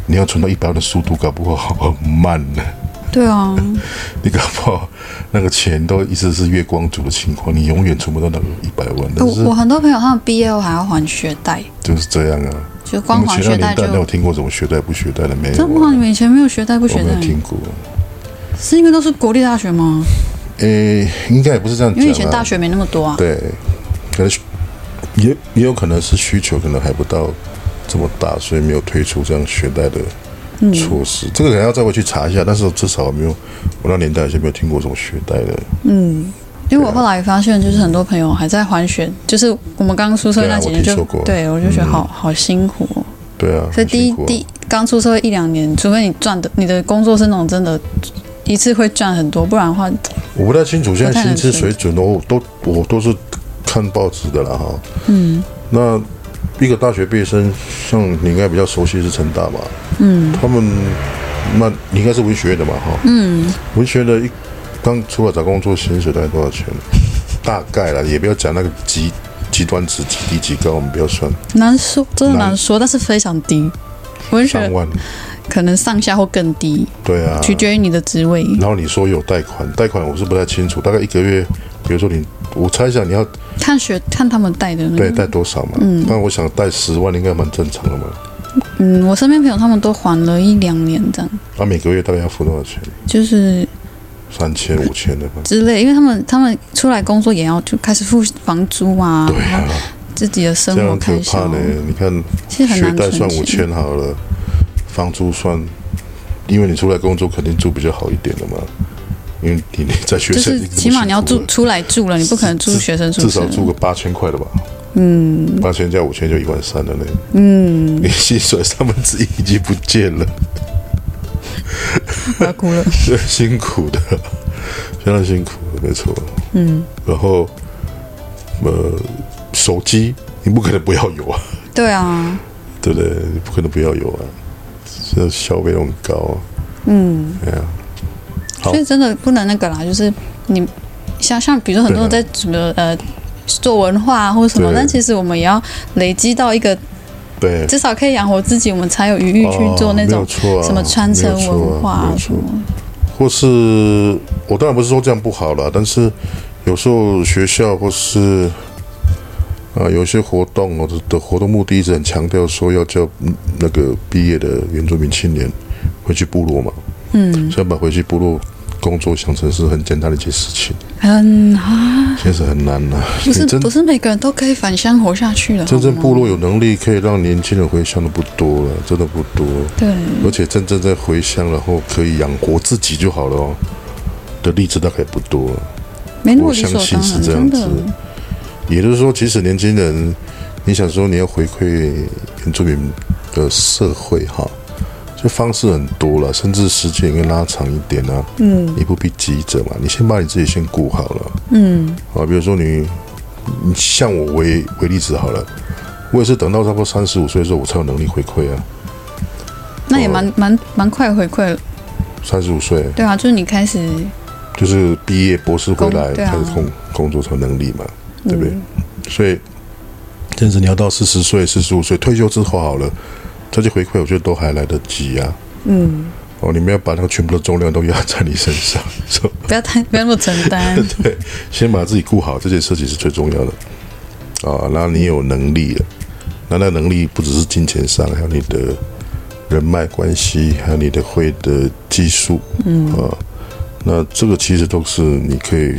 S2: 你要存到一百万的速度，搞不好很慢呢。
S1: 对啊，
S2: 你搞不好那个钱都一直是月光族的情况，你永远存不到那个一百万，但
S1: 我
S2: 是
S1: 我很多朋友他们毕业后还要还学贷，
S2: 就是这样啊。
S1: 就
S2: 我
S1: 光
S2: 们
S1: 还
S2: 前那
S1: 学
S2: 个
S1: 贷
S2: 年
S1: 就
S2: 代没有听过什么学贷不学贷的，没有
S1: 真不知道
S2: 啊，
S1: 你们以前没有学贷不
S2: 我
S1: 学
S2: 没有
S1: 贷，
S2: 听过。
S1: 是因为都是国立大学吗？
S2: 诶，应该也不是这样
S1: 因
S2: 讲
S1: 为
S2: 啊。
S1: 以前大学没那么多啊。
S2: 对，可能需也也有可能是需求可能还不到这么大，所以没有推出这样学贷的措施。
S1: 嗯
S2: 这个可能要再回去查一下，但是至少没有我那年代是没有听过这种学贷的。
S1: 嗯，因为我后来发现，就是很多朋友还在还学，就是我们刚出社会那几年
S2: 对
S1: 就
S2: 啊我听说过
S1: 对我就觉得好好辛苦哦。
S2: 对啊，
S1: 所以第一
S2: 很辛苦啊
S1: 第一刚出社会一两年，除非你赚的你的工作是那种真的一次会赚很多，不然的话，
S2: 我不太清楚现在薪资
S1: 不太
S2: 水
S1: 能
S2: 准哦，都我都是看报纸的啦哈。
S1: 嗯
S2: 那一个大学毕业生，像你应该比较熟悉是成大吧？
S1: 嗯
S2: 他们那你应该是文学院的嘛哈？
S1: 嗯，
S2: 文学的一刚出来找工作，薪水大概多少钱？ 大概啦，也不要讲那个极极端值几低几高，我们不要算。
S1: 难说，真的
S2: 难
S1: 难说，但是非常低。文
S2: 三
S1: 学
S2: 万，
S1: 可能上下或更低，
S2: 对啊。
S1: 取决于你的职位。
S2: 然后你说有贷款，贷款我是不太清楚，大概一个月，比如说你，我猜想你要
S1: 看学看他们带的那
S2: 贷
S1: 个，
S2: 贷多少嘛？嗯。但我想贷十万应该蛮正常的嘛。
S1: 嗯，我身边朋友他们都还了一两年这样，
S2: 那、啊每个月大概要付多少钱？
S1: 就是
S2: 三千、五千的吧。
S1: 之类，因为他们他们出来工作也要就开始付房租啊，
S2: 对
S1: 然后
S2: 啊，
S1: 自己的生
S2: 这
S1: 活
S2: 样很可
S1: 开
S2: 怕
S1: 销
S2: 呢，。你看
S1: 其实很
S2: 学
S1: 难
S2: 贷算
S1: 存
S2: 五
S1: 钱。
S2: 千好了，房租算，因为你出来工作肯定住比较好一点的嘛，因为你你在学
S1: 就
S2: 生
S1: 是起码你要住，出来住了，你不可能住
S2: 至
S1: 学生宿舍。
S2: 啊至少住个八千块的吧，
S1: 嗯
S2: 八千加五千就一万三了呢，
S1: 嗯，
S2: 你薪水三分之一已经不见了，
S1: 我要哭 了。
S2: 对，辛苦的，相当辛苦的，没错。
S1: 嗯，
S2: 然后，呃，手机你不可能不要有啊，
S1: 对啊，
S2: 对不对？你不可能不要有啊，这消费都很高啊，
S1: 嗯，
S2: 对啊。好
S1: 所以真的不能那个啦，就是你像像比如说很多人
S2: 对啊
S1: 在什么呃做文化啊或者什么，
S2: 对
S1: 但其实我们也要累积到一个
S2: 对，
S1: 至少可以养活自己，我们才有余裕去做那
S2: 哦没有
S1: 种
S2: 错啊
S1: 什么传承文化
S2: 没
S1: 啊什
S2: 有错啊没有错
S1: 么。
S2: 或是我当然不是说这样不好啦，但是有时候学校或是啊、呃有些活动哦的的活动目的一直很强调说要叫嗯那个毕业的原住民青年回去部落嘛，
S1: 嗯，
S2: 所以把回去部落工作想成是很简单的一件事情，
S1: 很啊，
S2: 其实很难呐、
S1: 不是
S2: 你真
S1: 不是啊每个人都可以返乡活下去的。
S2: 真正
S1: 好吗
S2: 部落有能力可以让年轻人回乡的不多了，真的不多。
S1: 对，
S2: 而且真正在回乡然后可以养活自己就好了哦的例子大概不多了。
S1: 没那么
S2: 我
S1: 理
S2: 相
S1: 所
S2: 信
S1: 当
S2: 是
S1: 然，
S2: 这样
S1: 真
S2: 子
S1: 的。。
S2: 也就是说，即使年轻人，你想说你要回馈原住民的社会哈，这方式很多了，甚至时间也可以拉长一点啊。
S1: 嗯
S2: 你不必急着嘛，你先把你自己先顾好了
S1: 嗯
S2: 啊。比如说你，你像我为为例子好了，我也是等到差不多三十五岁的时候，我才有能力回馈啊。
S1: 那也
S2: 哦
S1: 蛮蛮蛮快回馈了，
S2: 三十五岁，
S1: 对啊，就是你开始，
S2: 就是毕业博士回来
S1: 工对啊
S2: 开始工工作才有能力嘛，对不对？
S1: 嗯
S2: 所以，甚至你要到四十岁、四十五岁退休之后好了，这些回馈我觉得都还来得及啊。
S1: 嗯，
S2: 哦，你们要把那个全部的重量都压在你身上， 说
S1: 不要太不要那么承 担，
S2: 对，先把自己顾好，这件事情是最重要的啊。然后你有能力了，那那能力不只是金钱上，还有你的人脉关系，还有你的会的技术，嗯啊、那这个其实都是你可以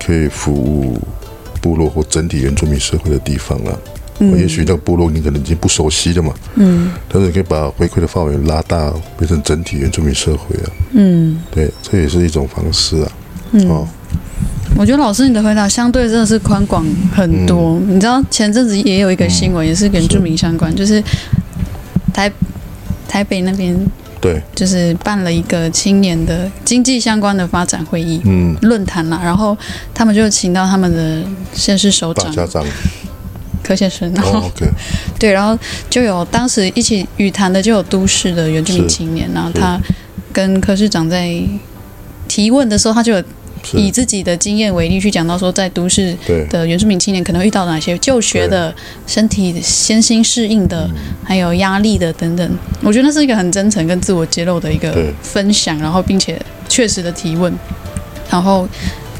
S2: 可以服务部落或整体原住民社会的地方了。嗯、也许那个部落你可能已经不熟悉了嘛，
S1: 嗯
S2: 但是你可以把回馈的范围拉大，变成整体原住民社会啊。
S1: 嗯
S2: 对，这也是一种方式啊。
S1: 嗯
S2: 哦，，
S1: 我觉得老师你的回答相对真的是宽广很多。
S2: 嗯
S1: 你知道前阵子也有一个新闻，也是跟
S2: 是
S1: 著名相
S2: 嗯
S1: 关，就是台台北那边
S2: 对，
S1: 就是办了一个青年的经济相关的发展会议。
S2: 嗯，
S1: 论坛啦，然后他们就请到他们的县市首
S2: 大
S1: 长
S2: 家长、
S1: 柯先生，然后、
S2: 哦、，OK，
S1: 对，然后就有当时一起语谈的就有都市的原住民
S2: 是
S1: 青年，然后
S2: 是
S1: 他跟柯市长在提问的时候，他就有
S2: 是，
S1: 以自己的经验为例去讲到说，在都市
S2: 对，
S1: 的原住民青年可能会遇到哪些就学的、身体先行适应的，
S2: 嗯
S1: 还有压力的等等。我觉得那是一个很真诚跟自我揭露的一个
S2: 对
S1: 分享，然后并且确实的提问，然后。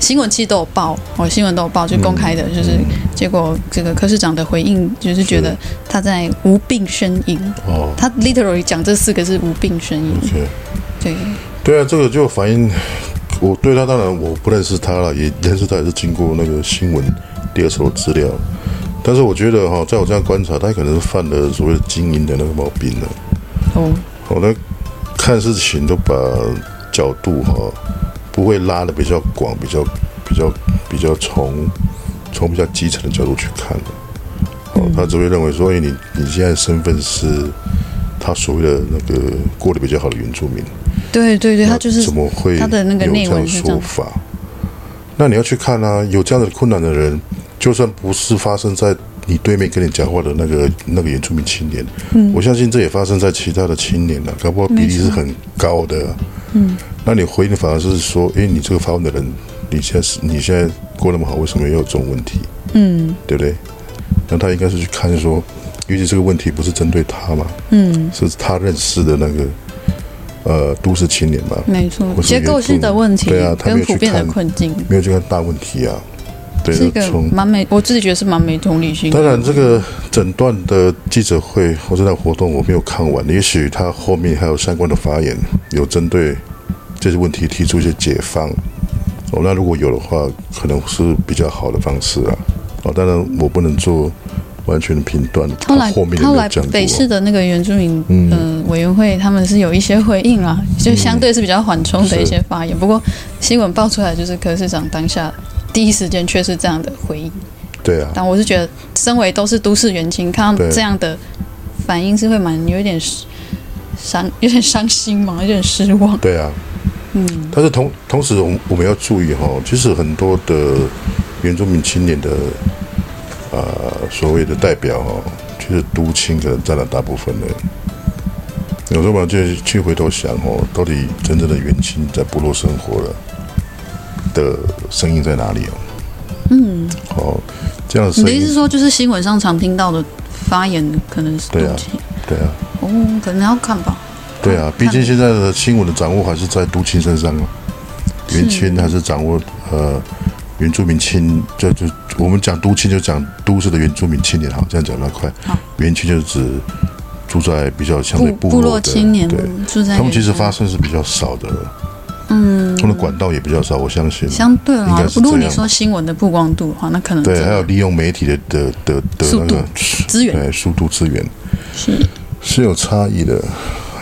S1: 新闻其实都有报，我、新闻都有报，就公开的，
S2: 嗯
S1: 就是结果这个柯市长的回应就是觉得
S2: 是
S1: 他在无病呻吟，
S2: 哦
S1: 他 literally 讲这四个字无病呻吟，
S2: ，OK，
S1: 对，
S2: 对啊，这个就反映我对他，当然我不认识他了，也认识他也是经过那个新闻第二手资料。但是我觉得哈、在我这样观察，他可能是犯了所谓的经营的那个毛病了。
S1: 哦，
S2: 我呢看事情都把角度哈、不会拉的比较广，比较比较比较从从比较基层的角度去看的。哦，他只会认为说，哎、你你现在身份是他所谓的那个过得比较好的原住民，
S1: 对对对，
S2: 那
S1: 他就是
S2: 怎么会
S1: 他的那个
S2: 有
S1: 内
S2: 这
S1: 文
S2: 样
S1: 是这
S2: 说
S1: 样
S2: 法？那你要去看啊，有这样的困难的人，就算不是发生在你对面跟你讲话的那个那个原住民青年，
S1: 嗯
S2: 我相信这也发生在其他的青年了、搞不好比例
S1: 没错
S2: 是很高的、嗯，那你回应反而是说，诶，你这个发问的人，你现在是你现在过那么好，为什么要有这种问题？
S1: 嗯
S2: 对不对？那他应该是去看说，尤其这个问题不是针对他嘛，
S1: 嗯，
S2: 是他认识的那个呃都市青年嘛，
S1: 没错，
S2: 或是
S1: 结构性的问题
S2: 对啊他没
S1: 跟
S2: 有去
S1: 普遍的
S2: 看
S1: 困境，
S2: 没有这个大问题啊。对，
S1: 是一个
S2: 从
S1: 蛮没，我自己觉得是蛮没同理心的。
S2: 当然这个诊断的记者会或者那活动我没有看完，也许他后面还有相关的发言，有针对这些问题提出一些解方。哦，那如果有的话，可能是比较好的方式啊。哦，当然我不能做完全的评断，
S1: 后来
S2: 后面有
S1: 后
S2: 没
S1: 来
S2: 有讲过
S1: 北市的那个原住民
S2: 嗯
S1: 呃委员会，他们是有一些回应啦，就相对是比较缓冲的一些发嗯言。不过新闻爆出来，就是柯市长当下第一时间却是这样的回应。
S2: 对啊，
S1: 但我是觉得，身为都是都市原青，看到
S2: 对
S1: 这样的反应是会蛮有一点伤，有点伤心嘛，有点失望。
S2: 对啊，
S1: 嗯，
S2: 但是同同时，我们我们要注意哈、其实很多的原住民青年的呃所谓的代表哦，其实都青可能占了大部分的。有时候我们就去回头想哦，到底真正的原青在部落生活了的声音在哪里哦？
S1: 嗯，
S2: 哦，这样的
S1: 你
S2: 声
S1: 的意思是
S2: 音，
S1: 说，就是新闻上常听到的发言，可能是
S2: 对啊
S1: 妒忌
S2: 对啊，
S1: 哦，可能要看吧。
S2: 对
S1: 嗯
S2: 啊，毕竟现在的新闻的掌握还是在都青身上啊，原青还是掌握呃原住民青，就就我们讲都青就讲都市的原住民青年，好，这样讲比较快
S1: 好。
S2: 原青就是指住在比较相对
S1: 部部
S2: 落
S1: 落
S2: 的，
S1: 青年
S2: 对，
S1: 住在
S2: 他们其实
S1: 原住
S2: 发声是比较少的，
S1: 嗯
S2: 他们的管道也比较少，我相信。
S1: 相对
S2: 应
S1: 啊
S2: 该，是
S1: 如果
S2: 这
S1: 你
S2: 样
S1: 说新闻的曝光度的话，那可能
S2: 对，
S1: 真的
S2: 还有利用媒体的的的的
S1: 速
S2: 那
S1: 度
S2: 个
S1: 资源
S2: 对速度资源，
S1: 是
S2: 是有差异的，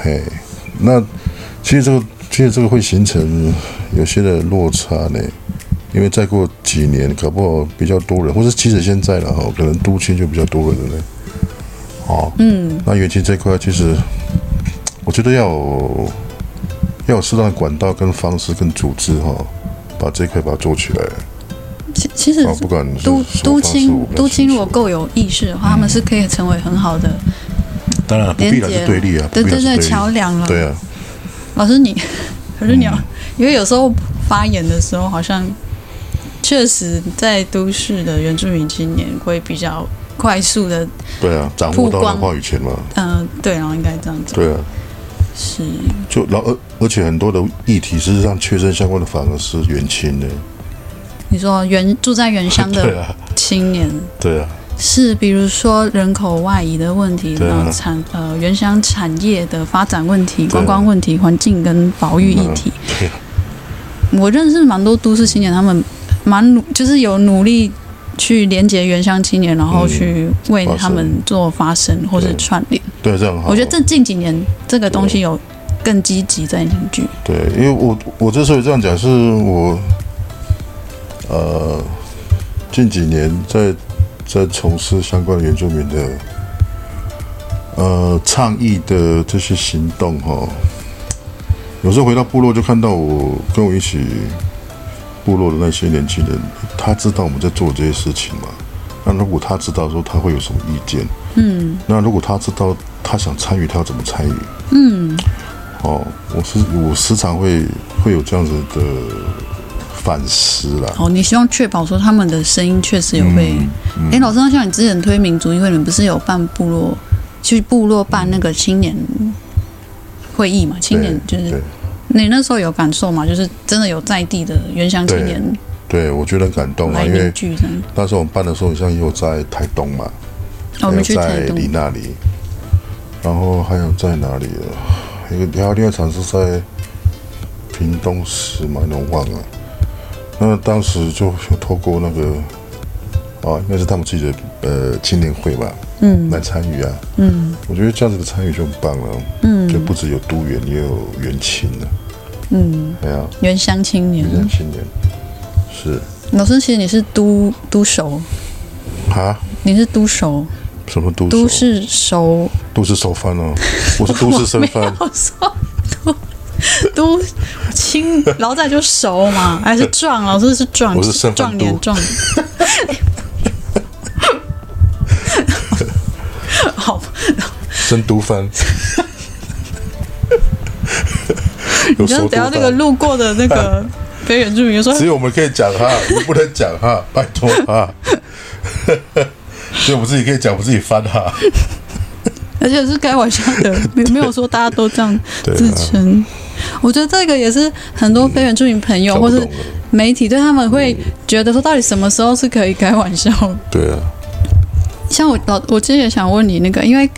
S2: 嘿，那其实这个其实这个会形成有些的落差呢，因为再过几年，搞不好比较多人，或是即使现在了哈，可能都青就比较多人了呢，哦，
S1: 嗯
S2: 那元气这块其实我觉得要有要有适当的管道跟方式跟组织哈、把这一块把它做起来
S1: 其其实
S2: 啊，不管是
S1: 都
S2: 什么
S1: 都
S2: 方式
S1: 青
S2: 我不太
S1: 都青如
S2: 清
S1: 果
S2: 楚嗯
S1: 够有意识的话，他们是可以成为很好的
S2: 当然不
S1: 连
S2: 必然
S1: 接
S2: 是对立啊，
S1: 对
S2: 不必
S1: 对
S2: 然是
S1: 对
S2: 立
S1: 桥梁了。
S2: 对啊，嗯
S1: 老师你， 可是你要，因为有时候发言的时候，好像确实在都市的原住民青年会比较快速的，
S2: 对啊，掌
S1: 曝
S2: 握到
S1: 光
S2: 的话语权嘛，
S1: 嗯，对啊，应该这样讲，
S2: 对啊。
S1: 是
S2: 就然后而而且很多的议题，事实上确认相关的反而是远亲的，
S1: 你说原住在原乡的
S2: 对啊，
S1: 青年，
S2: 对啊，
S1: 是，比如说人口外移的问题，
S2: 对啊
S1: 然后产呃原乡产业的发展问题、
S2: 对啊
S1: 观光问题、环境跟保育议题。
S2: 对啊
S1: 我认识蛮多都市青年，他们蛮努，就是有努力去连接原乡青年，然后去为
S2: 嗯发声
S1: 他们做发声或是
S2: 对
S1: 串联。
S2: 对，啊这样很好。
S1: 我觉得这近几年这个东西有更积极在凝聚。
S2: 对，因为我我之所以这样讲，是我呃近几年在在从事相关的原住民的呃倡议的这些行动哈、哦，有时候回到部落就看到我跟我一起部落的那些年轻人，他知道我们在做这些事情嘛。那如果他知道说他会有什么意见，
S1: 嗯
S2: 那如果他知道他想参与，他要怎么参与？
S1: 嗯
S2: 哦，我是我时常会会有这样子的反思啦。
S1: 哦，你希望确保说他们的声音确实有被。
S2: 嗯
S1: 哎、老师，那像你之前推民族议会，你不是有办部落去部落办那个青年会议嘛？青年就
S2: 对
S1: 是你那时候有感受吗？就是真的有在地的原乡青年
S2: 对，我觉得很感动啊，
S1: 来
S2: 因
S1: 凝
S2: 为
S1: 聚这样。
S2: 那时候我们办的时候，像也有在台东嘛，
S1: 哦，我
S2: 还有
S1: 们去
S2: 在
S1: 台东
S2: 里那里，然后还有在哪里了？还有还有另外一场是在屏东市嘛，那我忘了。那当时就有透过那个啊，应该是他们自己的呃青年会吧，
S1: 嗯
S2: 来参与啊。
S1: 嗯
S2: 我觉得这样子的参与就很棒了，就
S1: 嗯
S2: 不只有都员，也有员青了。
S1: 嗯，
S2: 哎呀，
S1: 原乡青年
S2: 原。乡青年是
S1: 老师，其实你是都都熟，
S2: 啊，
S1: 你是都熟，
S2: 什么都
S1: 都
S2: 市
S1: 市熟，
S2: 都市首番 哦，我是都市生番，
S1: 我说都都青，老仔就熟嘛，还是壮，老师是壮，
S2: 我是身份
S1: 壮
S2: 都
S1: 年壮。 好，
S2: 生都番。有
S1: 你知道
S2: 熟都
S1: 等下
S2: 番
S1: 那个路过的那 个非原住民就说
S2: 只有我们可以讲哈，你不能讲 哈，拜托哈。 所以我们自己可以讲，我们自己翻哈。
S1: 而且是开玩笑 的，没没有说大家都这样
S2: 对啊嗯
S1: 自称。我觉得这个也是很多非原住民朋友、
S2: 看不
S1: 或是
S2: 懂了
S1: 媒体对他们会觉得说，到底什么时候是可以开玩笑的
S2: 对啊，
S1: 像我老，我之前也想问你那个，因为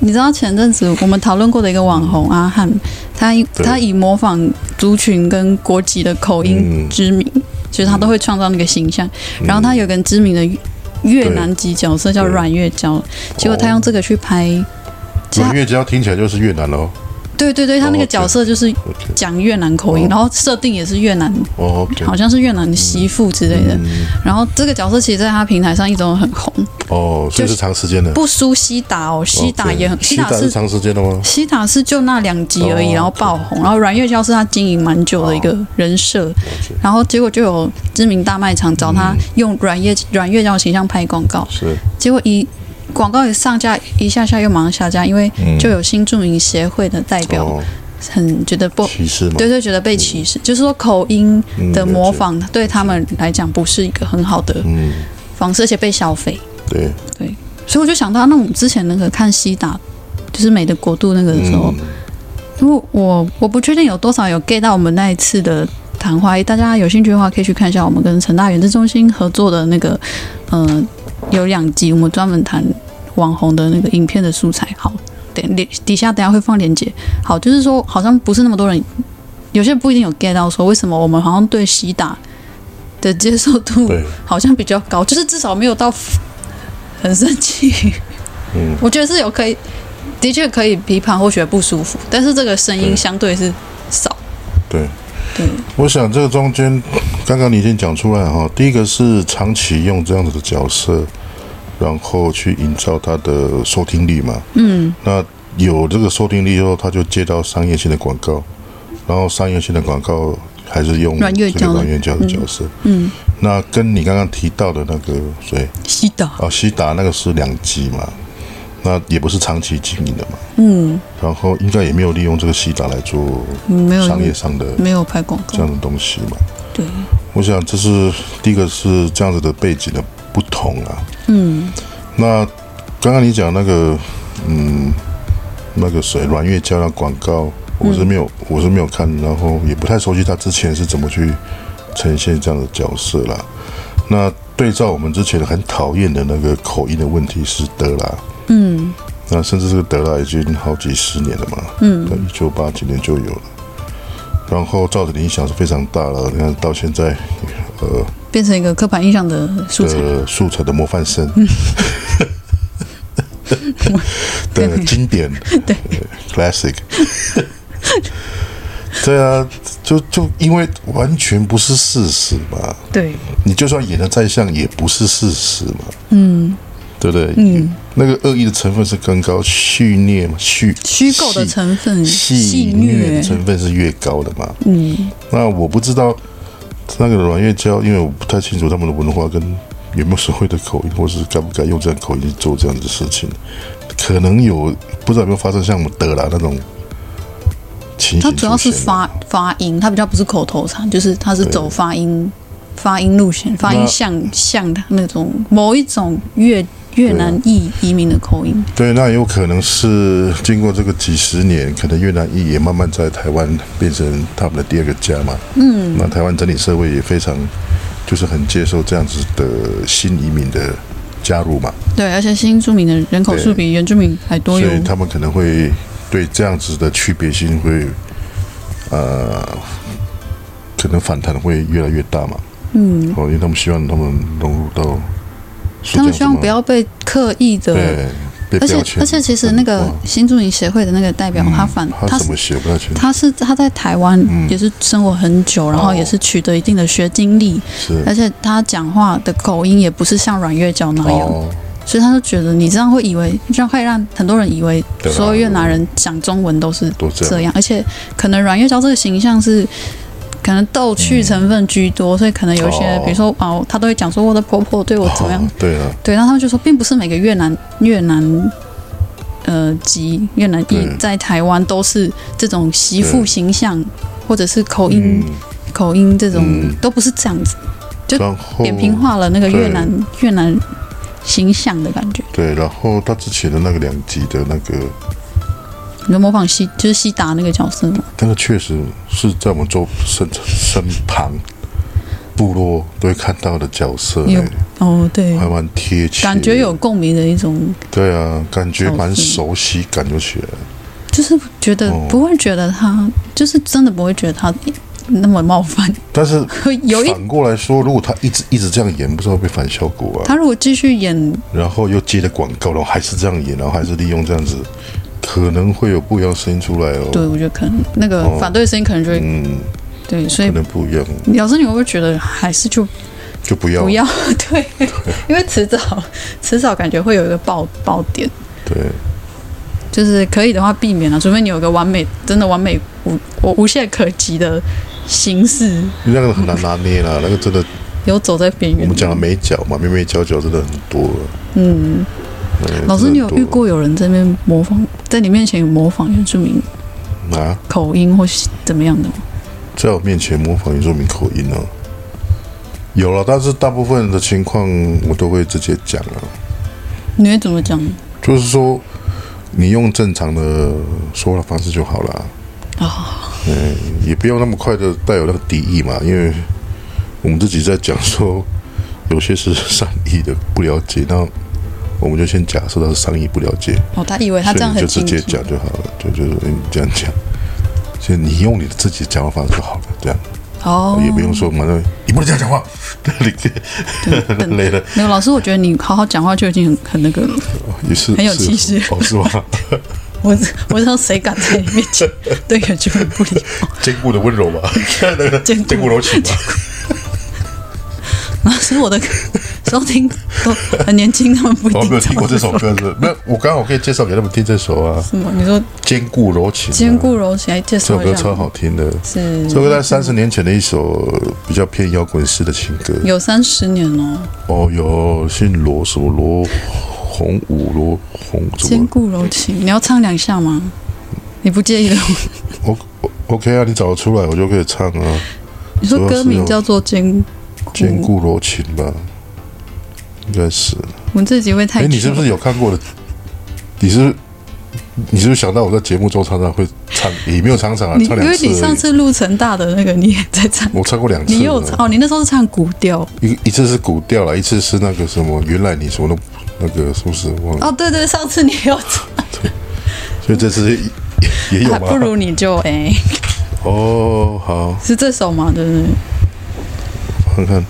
S1: 你知道前阵子我们讨论过的一个网红阿汉，他以
S2: 对
S1: 他以模仿族群跟国籍的口音
S2: 嗯
S1: 知名，就是他都会创造那个形象。然后他有个知名的越南籍角色叫
S2: 对
S1: 阮月娇，结果他用这个去拍，其实
S2: 阮
S1: 他
S2: 月娇听起来就是越南喽。
S1: 对对对，他那个角色就是
S2: OK，
S1: 讲越南口音
S2: 哦，
S1: 然后设定也是越南，
S2: 哦，OK，
S1: 好像是越南媳妇之类的。
S2: 嗯，
S1: 然后这个角色其实在他平台上一直都很红。
S2: 哦，所以是长时间的。
S1: 不输西达哦，西达也很，
S2: OK
S1: 西
S2: 西
S1: 达
S2: 打是
S1: 是
S2: 长时间 的吗？
S1: 西达是就那两集而已，
S2: 哦
S1: 然后爆红，然后阮月娇是他经营蛮久的一个人设，然后结果就有知名大卖场找
S2: 嗯
S1: 他用阮月阮月娇的形象拍广告，
S2: 是
S1: 结果一广告一上架一下下又马上下架，因为
S2: 嗯
S1: 就有新著名协会的代表
S2: 哦，
S1: 很觉得不。
S2: 歧视嘛？
S1: 对对，觉得被歧视，就是说口音
S2: 嗯
S1: 的
S2: 了解
S1: 模仿对他们来讲不是一个很好的
S2: 嗯，
S1: 方式，而且被消费。
S2: 对，
S1: 所以我就想到，那我们之前那个看西达，就是美的国度那个的时候，
S2: 嗯
S1: 因为我我不确定有多少有 get 到我们那一次的谈话，大家有兴趣的话可以去看一下我们跟成大原子中心合作的那个，呃，有两集我们专门谈网红的那个影片的素材。好，等底底下等一下会放链接。好，就是说好像不是那么多人，有些人不一定有 get 到说为什么我们好像对西达的接受度
S2: 对，
S1: 好像比较高，就是至少没有到很生气。
S2: 嗯，
S1: 我觉得是有可以，的确可以批判或觉得不舒服，但是这个声音
S2: 对
S1: 相对是少。
S2: 对。
S1: 对，
S2: 我想这个中间，刚刚你已经讲出来哈、第一个是长期用这样子的角色，然后去营造他的收听率嘛。
S1: 嗯
S2: 那有这个收听率以后，他就接到商业性的广告，然后商业性的广告还是用
S1: 阮月
S2: 这
S1: 娇
S2: 个
S1: 的
S2: 阮月娇的角色。
S1: 嗯，
S2: 那跟你刚刚提到的那个谁
S1: 西达，
S2: 啊，西达那个是两集嘛，那也不是长期经营的嘛。
S1: 嗯，
S2: 然后应该也没有利用这个西达来做
S1: 没有
S2: 商业上的
S1: 没有拍广
S2: 这
S1: 告
S2: 样，的东西嘛。
S1: 对，
S2: 我想这是第一个是这样子的背景的不同啊。
S1: 嗯
S2: 那刚刚你讲那个，嗯，那个谁阮月娇的广告，我是没有，我是没有看，然后也不太熟悉他之前是怎么去呈现这样的角色啦。那对照我们之前很讨厌的那个口音的问题是德拉，
S1: 嗯
S2: 那甚至这个德拉已经好几十年了嘛，
S1: 嗯
S2: 在一九八几年就有了，然后造成的影响是非常大了。你看到现在，呃，
S1: 变成一个刻板印象的素材。嗯
S2: 的速成的模范生， 的 经典，
S1: 对
S2: ，classic，对啊，就就因为完全不是事实嘛，
S1: 对，
S2: 你就算演的再像，也不是事实嘛，
S1: 嗯，
S2: 对不对？
S1: 嗯，
S2: 那个恶意的成分是更高，蓄虐嘛，蓄
S1: 虚构的成分，
S2: 戏
S1: 戏
S2: 戏虐的成分是越高的嘛。
S1: 嗯
S2: 那我不知道那个软月胶，因为我不太清楚他们的文化跟有没有所谓的口音，或是该不该用这样口音去做这样的事情，可能有不知道有没有发生像我们德啦那种情形出
S1: 它
S2: 现。
S1: 主要是发发音，它比较不是口头禅，就是它是走发音发音路线，发音像像的那种某一种越越南裔移民的口音。
S2: 对，那也有可能是经过这个几十年，可能越南裔也慢慢在台湾变成他们的第二个家嘛。嗯，那台湾整体社会也非常就是很接受这样子的新移民的加入嘛。
S1: 对，而且新住民的人口数
S2: 对
S1: 比原住民还多
S2: 所
S1: 哟。
S2: 以他们可能会对这样子的区别性会，呃，可能反弹会越来越大嘛。
S1: 嗯，
S2: 哦，因为他们希望他们融入到，是
S1: 他们
S2: 这样子
S1: 希望
S2: 吗
S1: 不要被刻意的，
S2: 对被
S1: 而且
S2: 标签
S1: 而且其实那个
S2: 文化
S1: 新住民协会的那个代表，
S2: 嗯
S1: 他反
S2: 他
S1: 他
S2: 怎
S1: 是
S2: 么写不太清楚，
S1: 他是他在台湾
S2: 嗯
S1: 也是生活很久，然后
S2: 哦
S1: 也是取得一定的学经历，
S2: 是
S1: 而且他讲话的口音也不是像阮月娇那样。
S2: 哦，
S1: 所以他就觉得你这样会以为，这样会让很多人以为
S2: 对啊
S1: 所有越南人讲中文都是
S2: 都这样
S1: 这样，而且可能阮月娇这个形象是可能逗趣成分居多，所以可能有一些
S2: 嗯哦，
S1: 比如说哦，她都会讲说我的婆婆对我怎么样，
S2: 哦对了，
S1: 对，然后他们就说，并不是每个越南越南呃籍越南裔
S2: 对
S1: 在台湾都是这种媳妇
S2: 对
S1: 形象或者是口音、口音这种、
S2: 嗯
S1: 都不是这样子，嗯就
S2: 然后
S1: 扁平化了那个越
S2: 对
S1: 南越南形象的感觉。
S2: 对，然后他之前的那个两集的那个，
S1: 你说模仿西就是西达那个角色吗？
S2: 那个确实是在我们周身身旁部落都会看到的角色、
S1: 有
S2: 哎
S1: 哦，对，
S2: 还蛮贴切，
S1: 感觉有共鸣的一种，
S2: 对啊，感觉蛮
S1: 手势
S2: 熟悉，感觉起来
S1: 就是觉得
S2: 哦
S1: 不会觉得他，就是真的不会觉得他那么冒犯，
S2: 但是
S1: 会有一。
S2: 反过来说，如果他一直一直这样演，不知道会不会反效果啊。
S1: 他如果继续演，
S2: 然后又接了广告，然后还是这样演，然后还是利用这样子，可能会有不一样的声音出来哦。
S1: 对，我觉得可能那个
S2: 哦
S1: 反对声音可能就会、
S2: 嗯，
S1: 对，所
S2: 可
S1: 以
S2: 能不一样，
S1: 老师你会不会觉得还是就
S2: 就不要
S1: 不要 对，因为迟早迟早感觉会有一个爆爆点，
S2: 对。
S1: 就是可以的话避免了、除非你有一个完美真的完美无我无懈可击的形式，
S2: 那个很难拿捏 啦，那个真的，
S1: 有走在边
S2: 我
S1: 缘
S2: 们。讲的美角嘛，眉眉角角真的很多了。
S1: 嗯，
S2: 嗯
S1: 老师，
S2: 真
S1: 你
S2: 的
S1: 有
S2: 很多
S1: 遇过有人在那边模仿，在你面前有模仿原住民
S2: 啊，
S1: 口音或是怎么样的吗？
S2: 在我面前模仿原住民口音呢、有了，但是大部分的情况我都会直接讲啊，
S1: 你会怎么讲？哦
S2: 就是说你用正常的说话方式就好了，
S1: 哦，
S2: 嗯，也不要那么快的带有那个敌意嘛，因为我们自己在讲说有些是善意的不了解，那我们就先假设他是善意不了解，
S1: 哦，他以为他
S2: 所
S1: 这
S2: 以
S1: 样
S2: 你就
S1: 很
S2: 直
S1: 清
S2: 接
S1: 楚
S2: 讲。就好了，对，就是你这样讲，就你用你的自己的讲话方式就好了，这样。
S1: 哦，
S2: 也不用说嘛，那你不能这样讲话， 你 累了
S1: 没有老师，我觉得你好好讲话就已经很很那个了。
S2: 也是
S1: 很有
S2: 是
S1: 气势
S2: 哦，是吧？
S1: 我 我知道谁敢在你面前对原住民不礼 貌。
S2: 坚固的温柔吧，
S1: 坚固
S2: 坚固柔情吧，
S1: 老师， 我的收听都很年轻，他们不一
S2: 我
S1: 定
S2: 哦没有听过这
S1: 知道
S2: 首歌是？没有，我刚好可以介绍给他们听这首 啊，
S1: 什么。你说
S2: 《坚固柔情》啊。
S1: 兼顾柔情，来哎介
S2: 这首
S1: 绍
S2: 歌
S1: 一下
S2: 超
S1: 吗，
S2: 好听的，
S1: 是
S2: 这首歌在三十年前的一首比较偏摇滚式的情歌。
S1: 有三十年哦。
S2: 哦哟，姓罗什么罗红武罗红什
S1: 兼
S2: 么
S1: 顾柔情，你要唱两下吗？你不介意的话，
S2: ？O O K 哦啊，你找得出来我就可以唱啊，
S1: 嗯你说
S2: 主要
S1: 歌
S2: 是
S1: 名
S2: 有
S1: 叫做《兼
S2: 《坚固柔情》吧，应该是。
S1: 我们这集会太
S2: 哎，你是不
S1: 久
S2: 是有看过的？你是不是你是不是想到我在节目中常常会唱，也没有常常啊，
S1: 你
S2: 唱
S1: 因
S2: 两
S1: 为
S2: 次而已。
S1: 你上次录成大的那个你也在唱，
S2: 我唱过两次了，
S1: 你又哦，你那时候是唱古调
S2: 一一次是古调了，一次是那个什么，原来你说的那个是不是忘了？
S1: 哦，对对，上次你又唱，
S2: 所以这次也也有
S1: 还
S2: 吗？
S1: 啊不如你就哎、
S2: 哦，好，
S1: 是这首吗？对不对？
S2: 看看，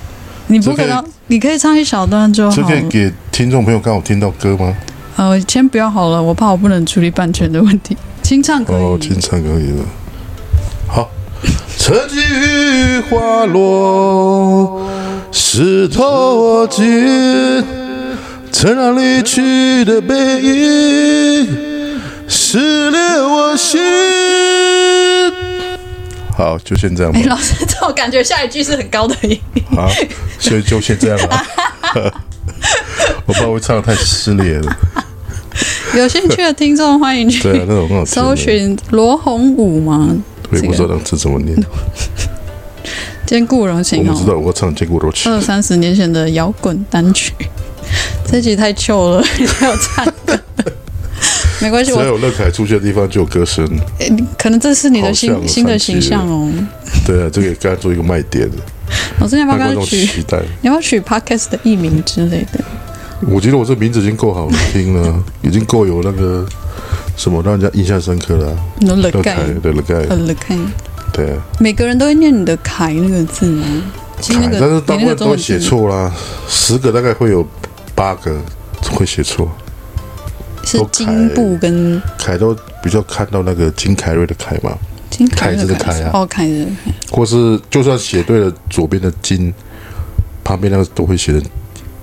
S1: 你不
S2: 这可
S1: 可
S2: 以
S1: 能，你可以唱一小段就
S2: 这
S1: 好
S2: 可以
S1: 了。
S2: 给听众朋友刚好听到歌吗？
S1: 呃，先不要好了，我怕我不能处理版权的问题。清唱可以，
S2: 哦，清唱可以了。好，春去花落，湿透尽，曾让离去的背影，撕裂我心。好，就先这样吧
S1: 哎、。老师，这种感觉下一句是很高的 音。
S2: 好，啊所以就先这样吧。 我怕我唱的太撕裂了。
S1: 有兴趣的听众欢迎去
S2: 对啊，那种很好听 的
S1: 搜，寻罗红武嘛，
S2: 我也不知道这怎么念。
S1: 嗯兼顾柔
S2: 我
S1: 情
S2: 们知道
S1: 哦，
S2: 我要唱《结果都去》。
S1: 二三十年前的摇滚单曲。 这集太旧了， 没有唱歌。 没关系，
S2: 只要
S1: 我
S2: 有乐凯出现的地方就有歌声。
S1: 诶你可能这是你的
S2: 好像
S1: 新
S2: 有
S1: 新的形
S2: 上集
S1: 象哦。
S2: 对啊，这个也刚才做一个卖点，
S1: 老师，你要不
S2: 让
S1: 要
S2: 观
S1: 干
S2: 众
S1: 脆取？
S2: 期待。
S1: 你要不要取 podcast 的艺名之类的？
S2: 我觉得我这名字已经够好听了，已经够有那个什么让人家印象深刻了啊。
S1: 你说乐
S2: 乐
S1: 盖
S2: 凯，，对乐
S1: 呃，
S2: 凯，
S1: 乐盖，
S2: 对啊。
S1: 每个人都会念你的“凯”那个字吗？其实那
S2: 凯
S1: 个
S2: 但是大
S1: 你
S2: 部
S1: 那个
S2: 分
S1: 中
S2: 都
S1: 文
S2: 写
S1: 字
S2: 错啦，十个大概会有八个会写错。
S1: 是
S2: 都凯
S1: 金布跟
S2: 凯都比较看到那个金凯瑞的凯嘛，
S1: 金凯
S2: 凯
S1: 的
S2: 字的
S1: 凯
S2: 凯啊
S1: 哦，凯字的凯。
S2: 或是就算写对了左边的金，旁边那个都会写成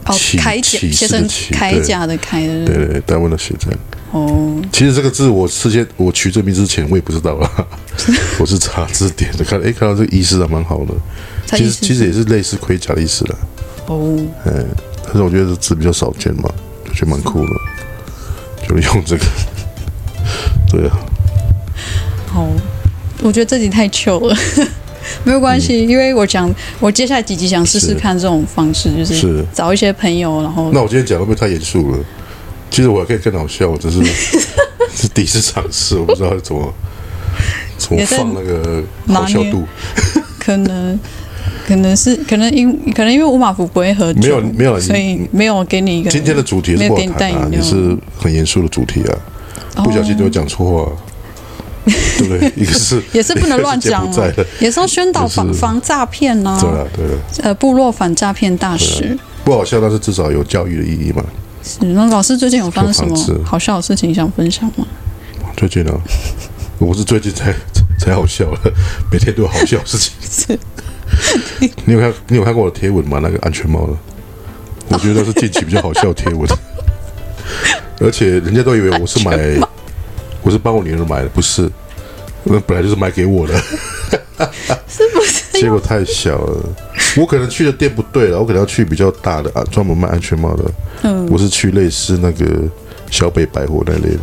S1: 哦，
S2: 起
S1: 铠甲
S2: 起
S1: 写
S2: 士的
S1: 成
S2: 起
S1: 铠甲的铠的
S2: 对对对，大部分都写这样。
S1: 哦，
S2: 其实这个字我事先我取这名之前我也不知道 啦，我是查字典的，看哎看到这个意思还蛮好的，
S1: 它
S2: 其
S1: 意
S2: 实
S1: 思
S2: 其实也是类似盔甲的意思啦，
S1: 哦，
S2: 嗯，但是我觉得这字比较少见嘛，就觉得蛮酷的，就用这个， 对啊，
S1: 好，我觉得这集太糗了， 没有关
S2: 嗯
S1: 系，因为我想我接下来几集想试试
S2: 是
S1: 看这种方式，就是
S2: 是。啊
S1: 找一些朋友，然后
S2: 那我今天讲会不会太严肃了？其实我还可以更好笑，我 只是是第一次尝试，我不知道怎么怎么
S1: 也在
S2: 放那个
S1: 拿
S2: 好笑
S1: 捏
S2: 度。
S1: 可能。可能是可能因可能因为五马福不会喝酒，
S2: 没有没有
S1: 所以没有给你一个
S2: 今天的主题
S1: 没
S2: 是
S1: 有
S2: 不好
S1: 给你带
S2: 谈啊，
S1: 饮料
S2: 也是很严肃的主题啊，
S1: 哦
S2: 不小心就会讲错话， 对不对？一个是
S1: 也是不能乱 讲
S2: 在
S1: 嘛
S2: 的，
S1: 也是要宣导防
S2: 就是
S1: 防诈骗呐、
S2: 对了啊对了，
S1: 呃，部落反诈骗大使。
S2: 不好笑，但是啊至少有教育的意义嘛。
S1: 是那老师最近有发生什
S2: 有房
S1: 么
S2: 子
S1: 好笑的事情想分享吗？
S2: 最近呢，我不是最近才才好笑了， 每天都有好笑的事情。
S1: 是
S2: 你有看你有看过我的贴文吗？那个安全帽的，我觉得是近期比较好笑的贴文，而且人家都以为我是买，我是帮我女儿买的，不是，那本来就是买给我的，
S1: 是不是？
S2: 结果太小了，我可能去的店不对了，我可能要去比较大的啊，专门卖安全帽的，
S1: 嗯，
S2: 我是去类似那个小北百货那类的。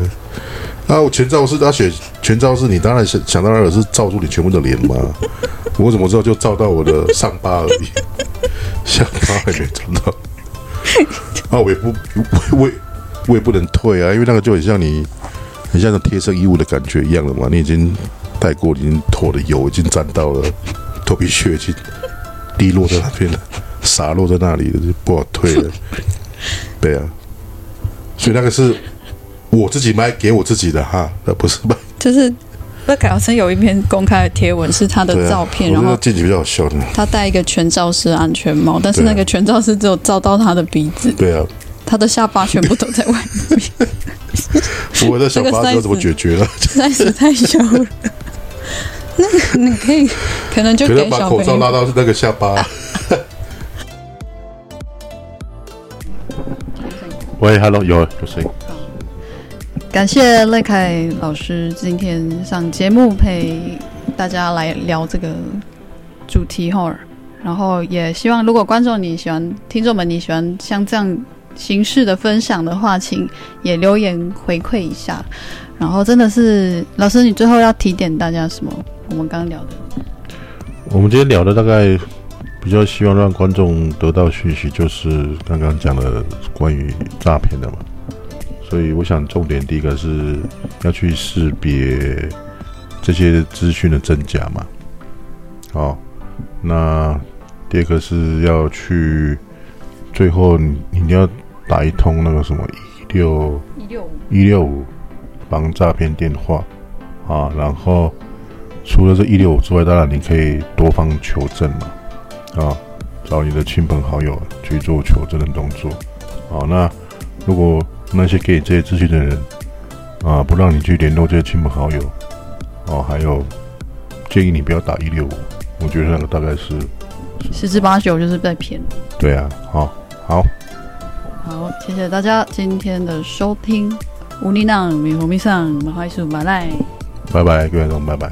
S2: 啊，我全照是阿雪，全照是你当然想想当然尔是照住你全部的脸嘛，我怎么知道就照到我的上巴而已， 下巴还没照到。啊，我也不，我我也我也不能退啊，因为那个就很像你，很像那贴身衣物的感觉一样了嘛，你已经带过，已经头的油已经沾到了，头皮屑已经滴落在那边了，洒落在那里了，就不好退了。对啊，所以那个是我自己买给我自己的哈，那不是卖。
S1: 就是那凯老师有一篇公开的贴文是他
S2: 对
S1: 的
S2: 啊，
S1: 照片，
S2: 我
S1: 然
S2: 觉得
S1: 后
S2: 近期比较好笑的。
S1: 他戴一个全罩式安全帽，但是
S2: 对啊
S1: 那个全罩式只有罩到他的鼻子，
S2: 对啊，
S1: 他的下巴全部都在外面，
S2: 我的小巴知道怎么解决了，
S1: 实在是太小 了。那个你可以可能就
S2: 可
S1: 给
S2: 能把
S1: 小
S2: 口
S1: 朋
S2: 罩
S1: 友
S2: 拉到那个下巴。 喂，Hello，有有声音。
S1: 感谢赖凯老师今天上节目陪大家来聊这个主题哈，然后也希望如果观众你喜欢，听众们你喜欢像这样形式的分享的话，请也留言回馈一下。然后真的是老师，你最后要提点大家什么？我们刚聊的，
S2: 我们今天聊的大概比较希望让观众得到讯息，就是刚刚讲的关于诈骗的嘛。所以我想重点第一个是要去识别这些资讯的真假嘛。好，那第二个是要去，最后你你一定要打一通那个什么一六
S1: 一六五，
S2: 一六五防诈骗电话啊，然后除了这一六五之外，当然你可以多方求证嘛，啊，找你的亲朋好友去做求证的动作。啊，那如果那些给你这些资讯的人啊，不让你去联络这些亲朋好友，哦、还有建议你不要打一六五，我觉得那个大概是
S1: 十之八九就是被骗。
S2: 对啊，好、好，
S1: 好，谢谢大家今天的收听。无力浪，米红米上，马花树马赖。
S2: 拜拜，各位观众，拜拜。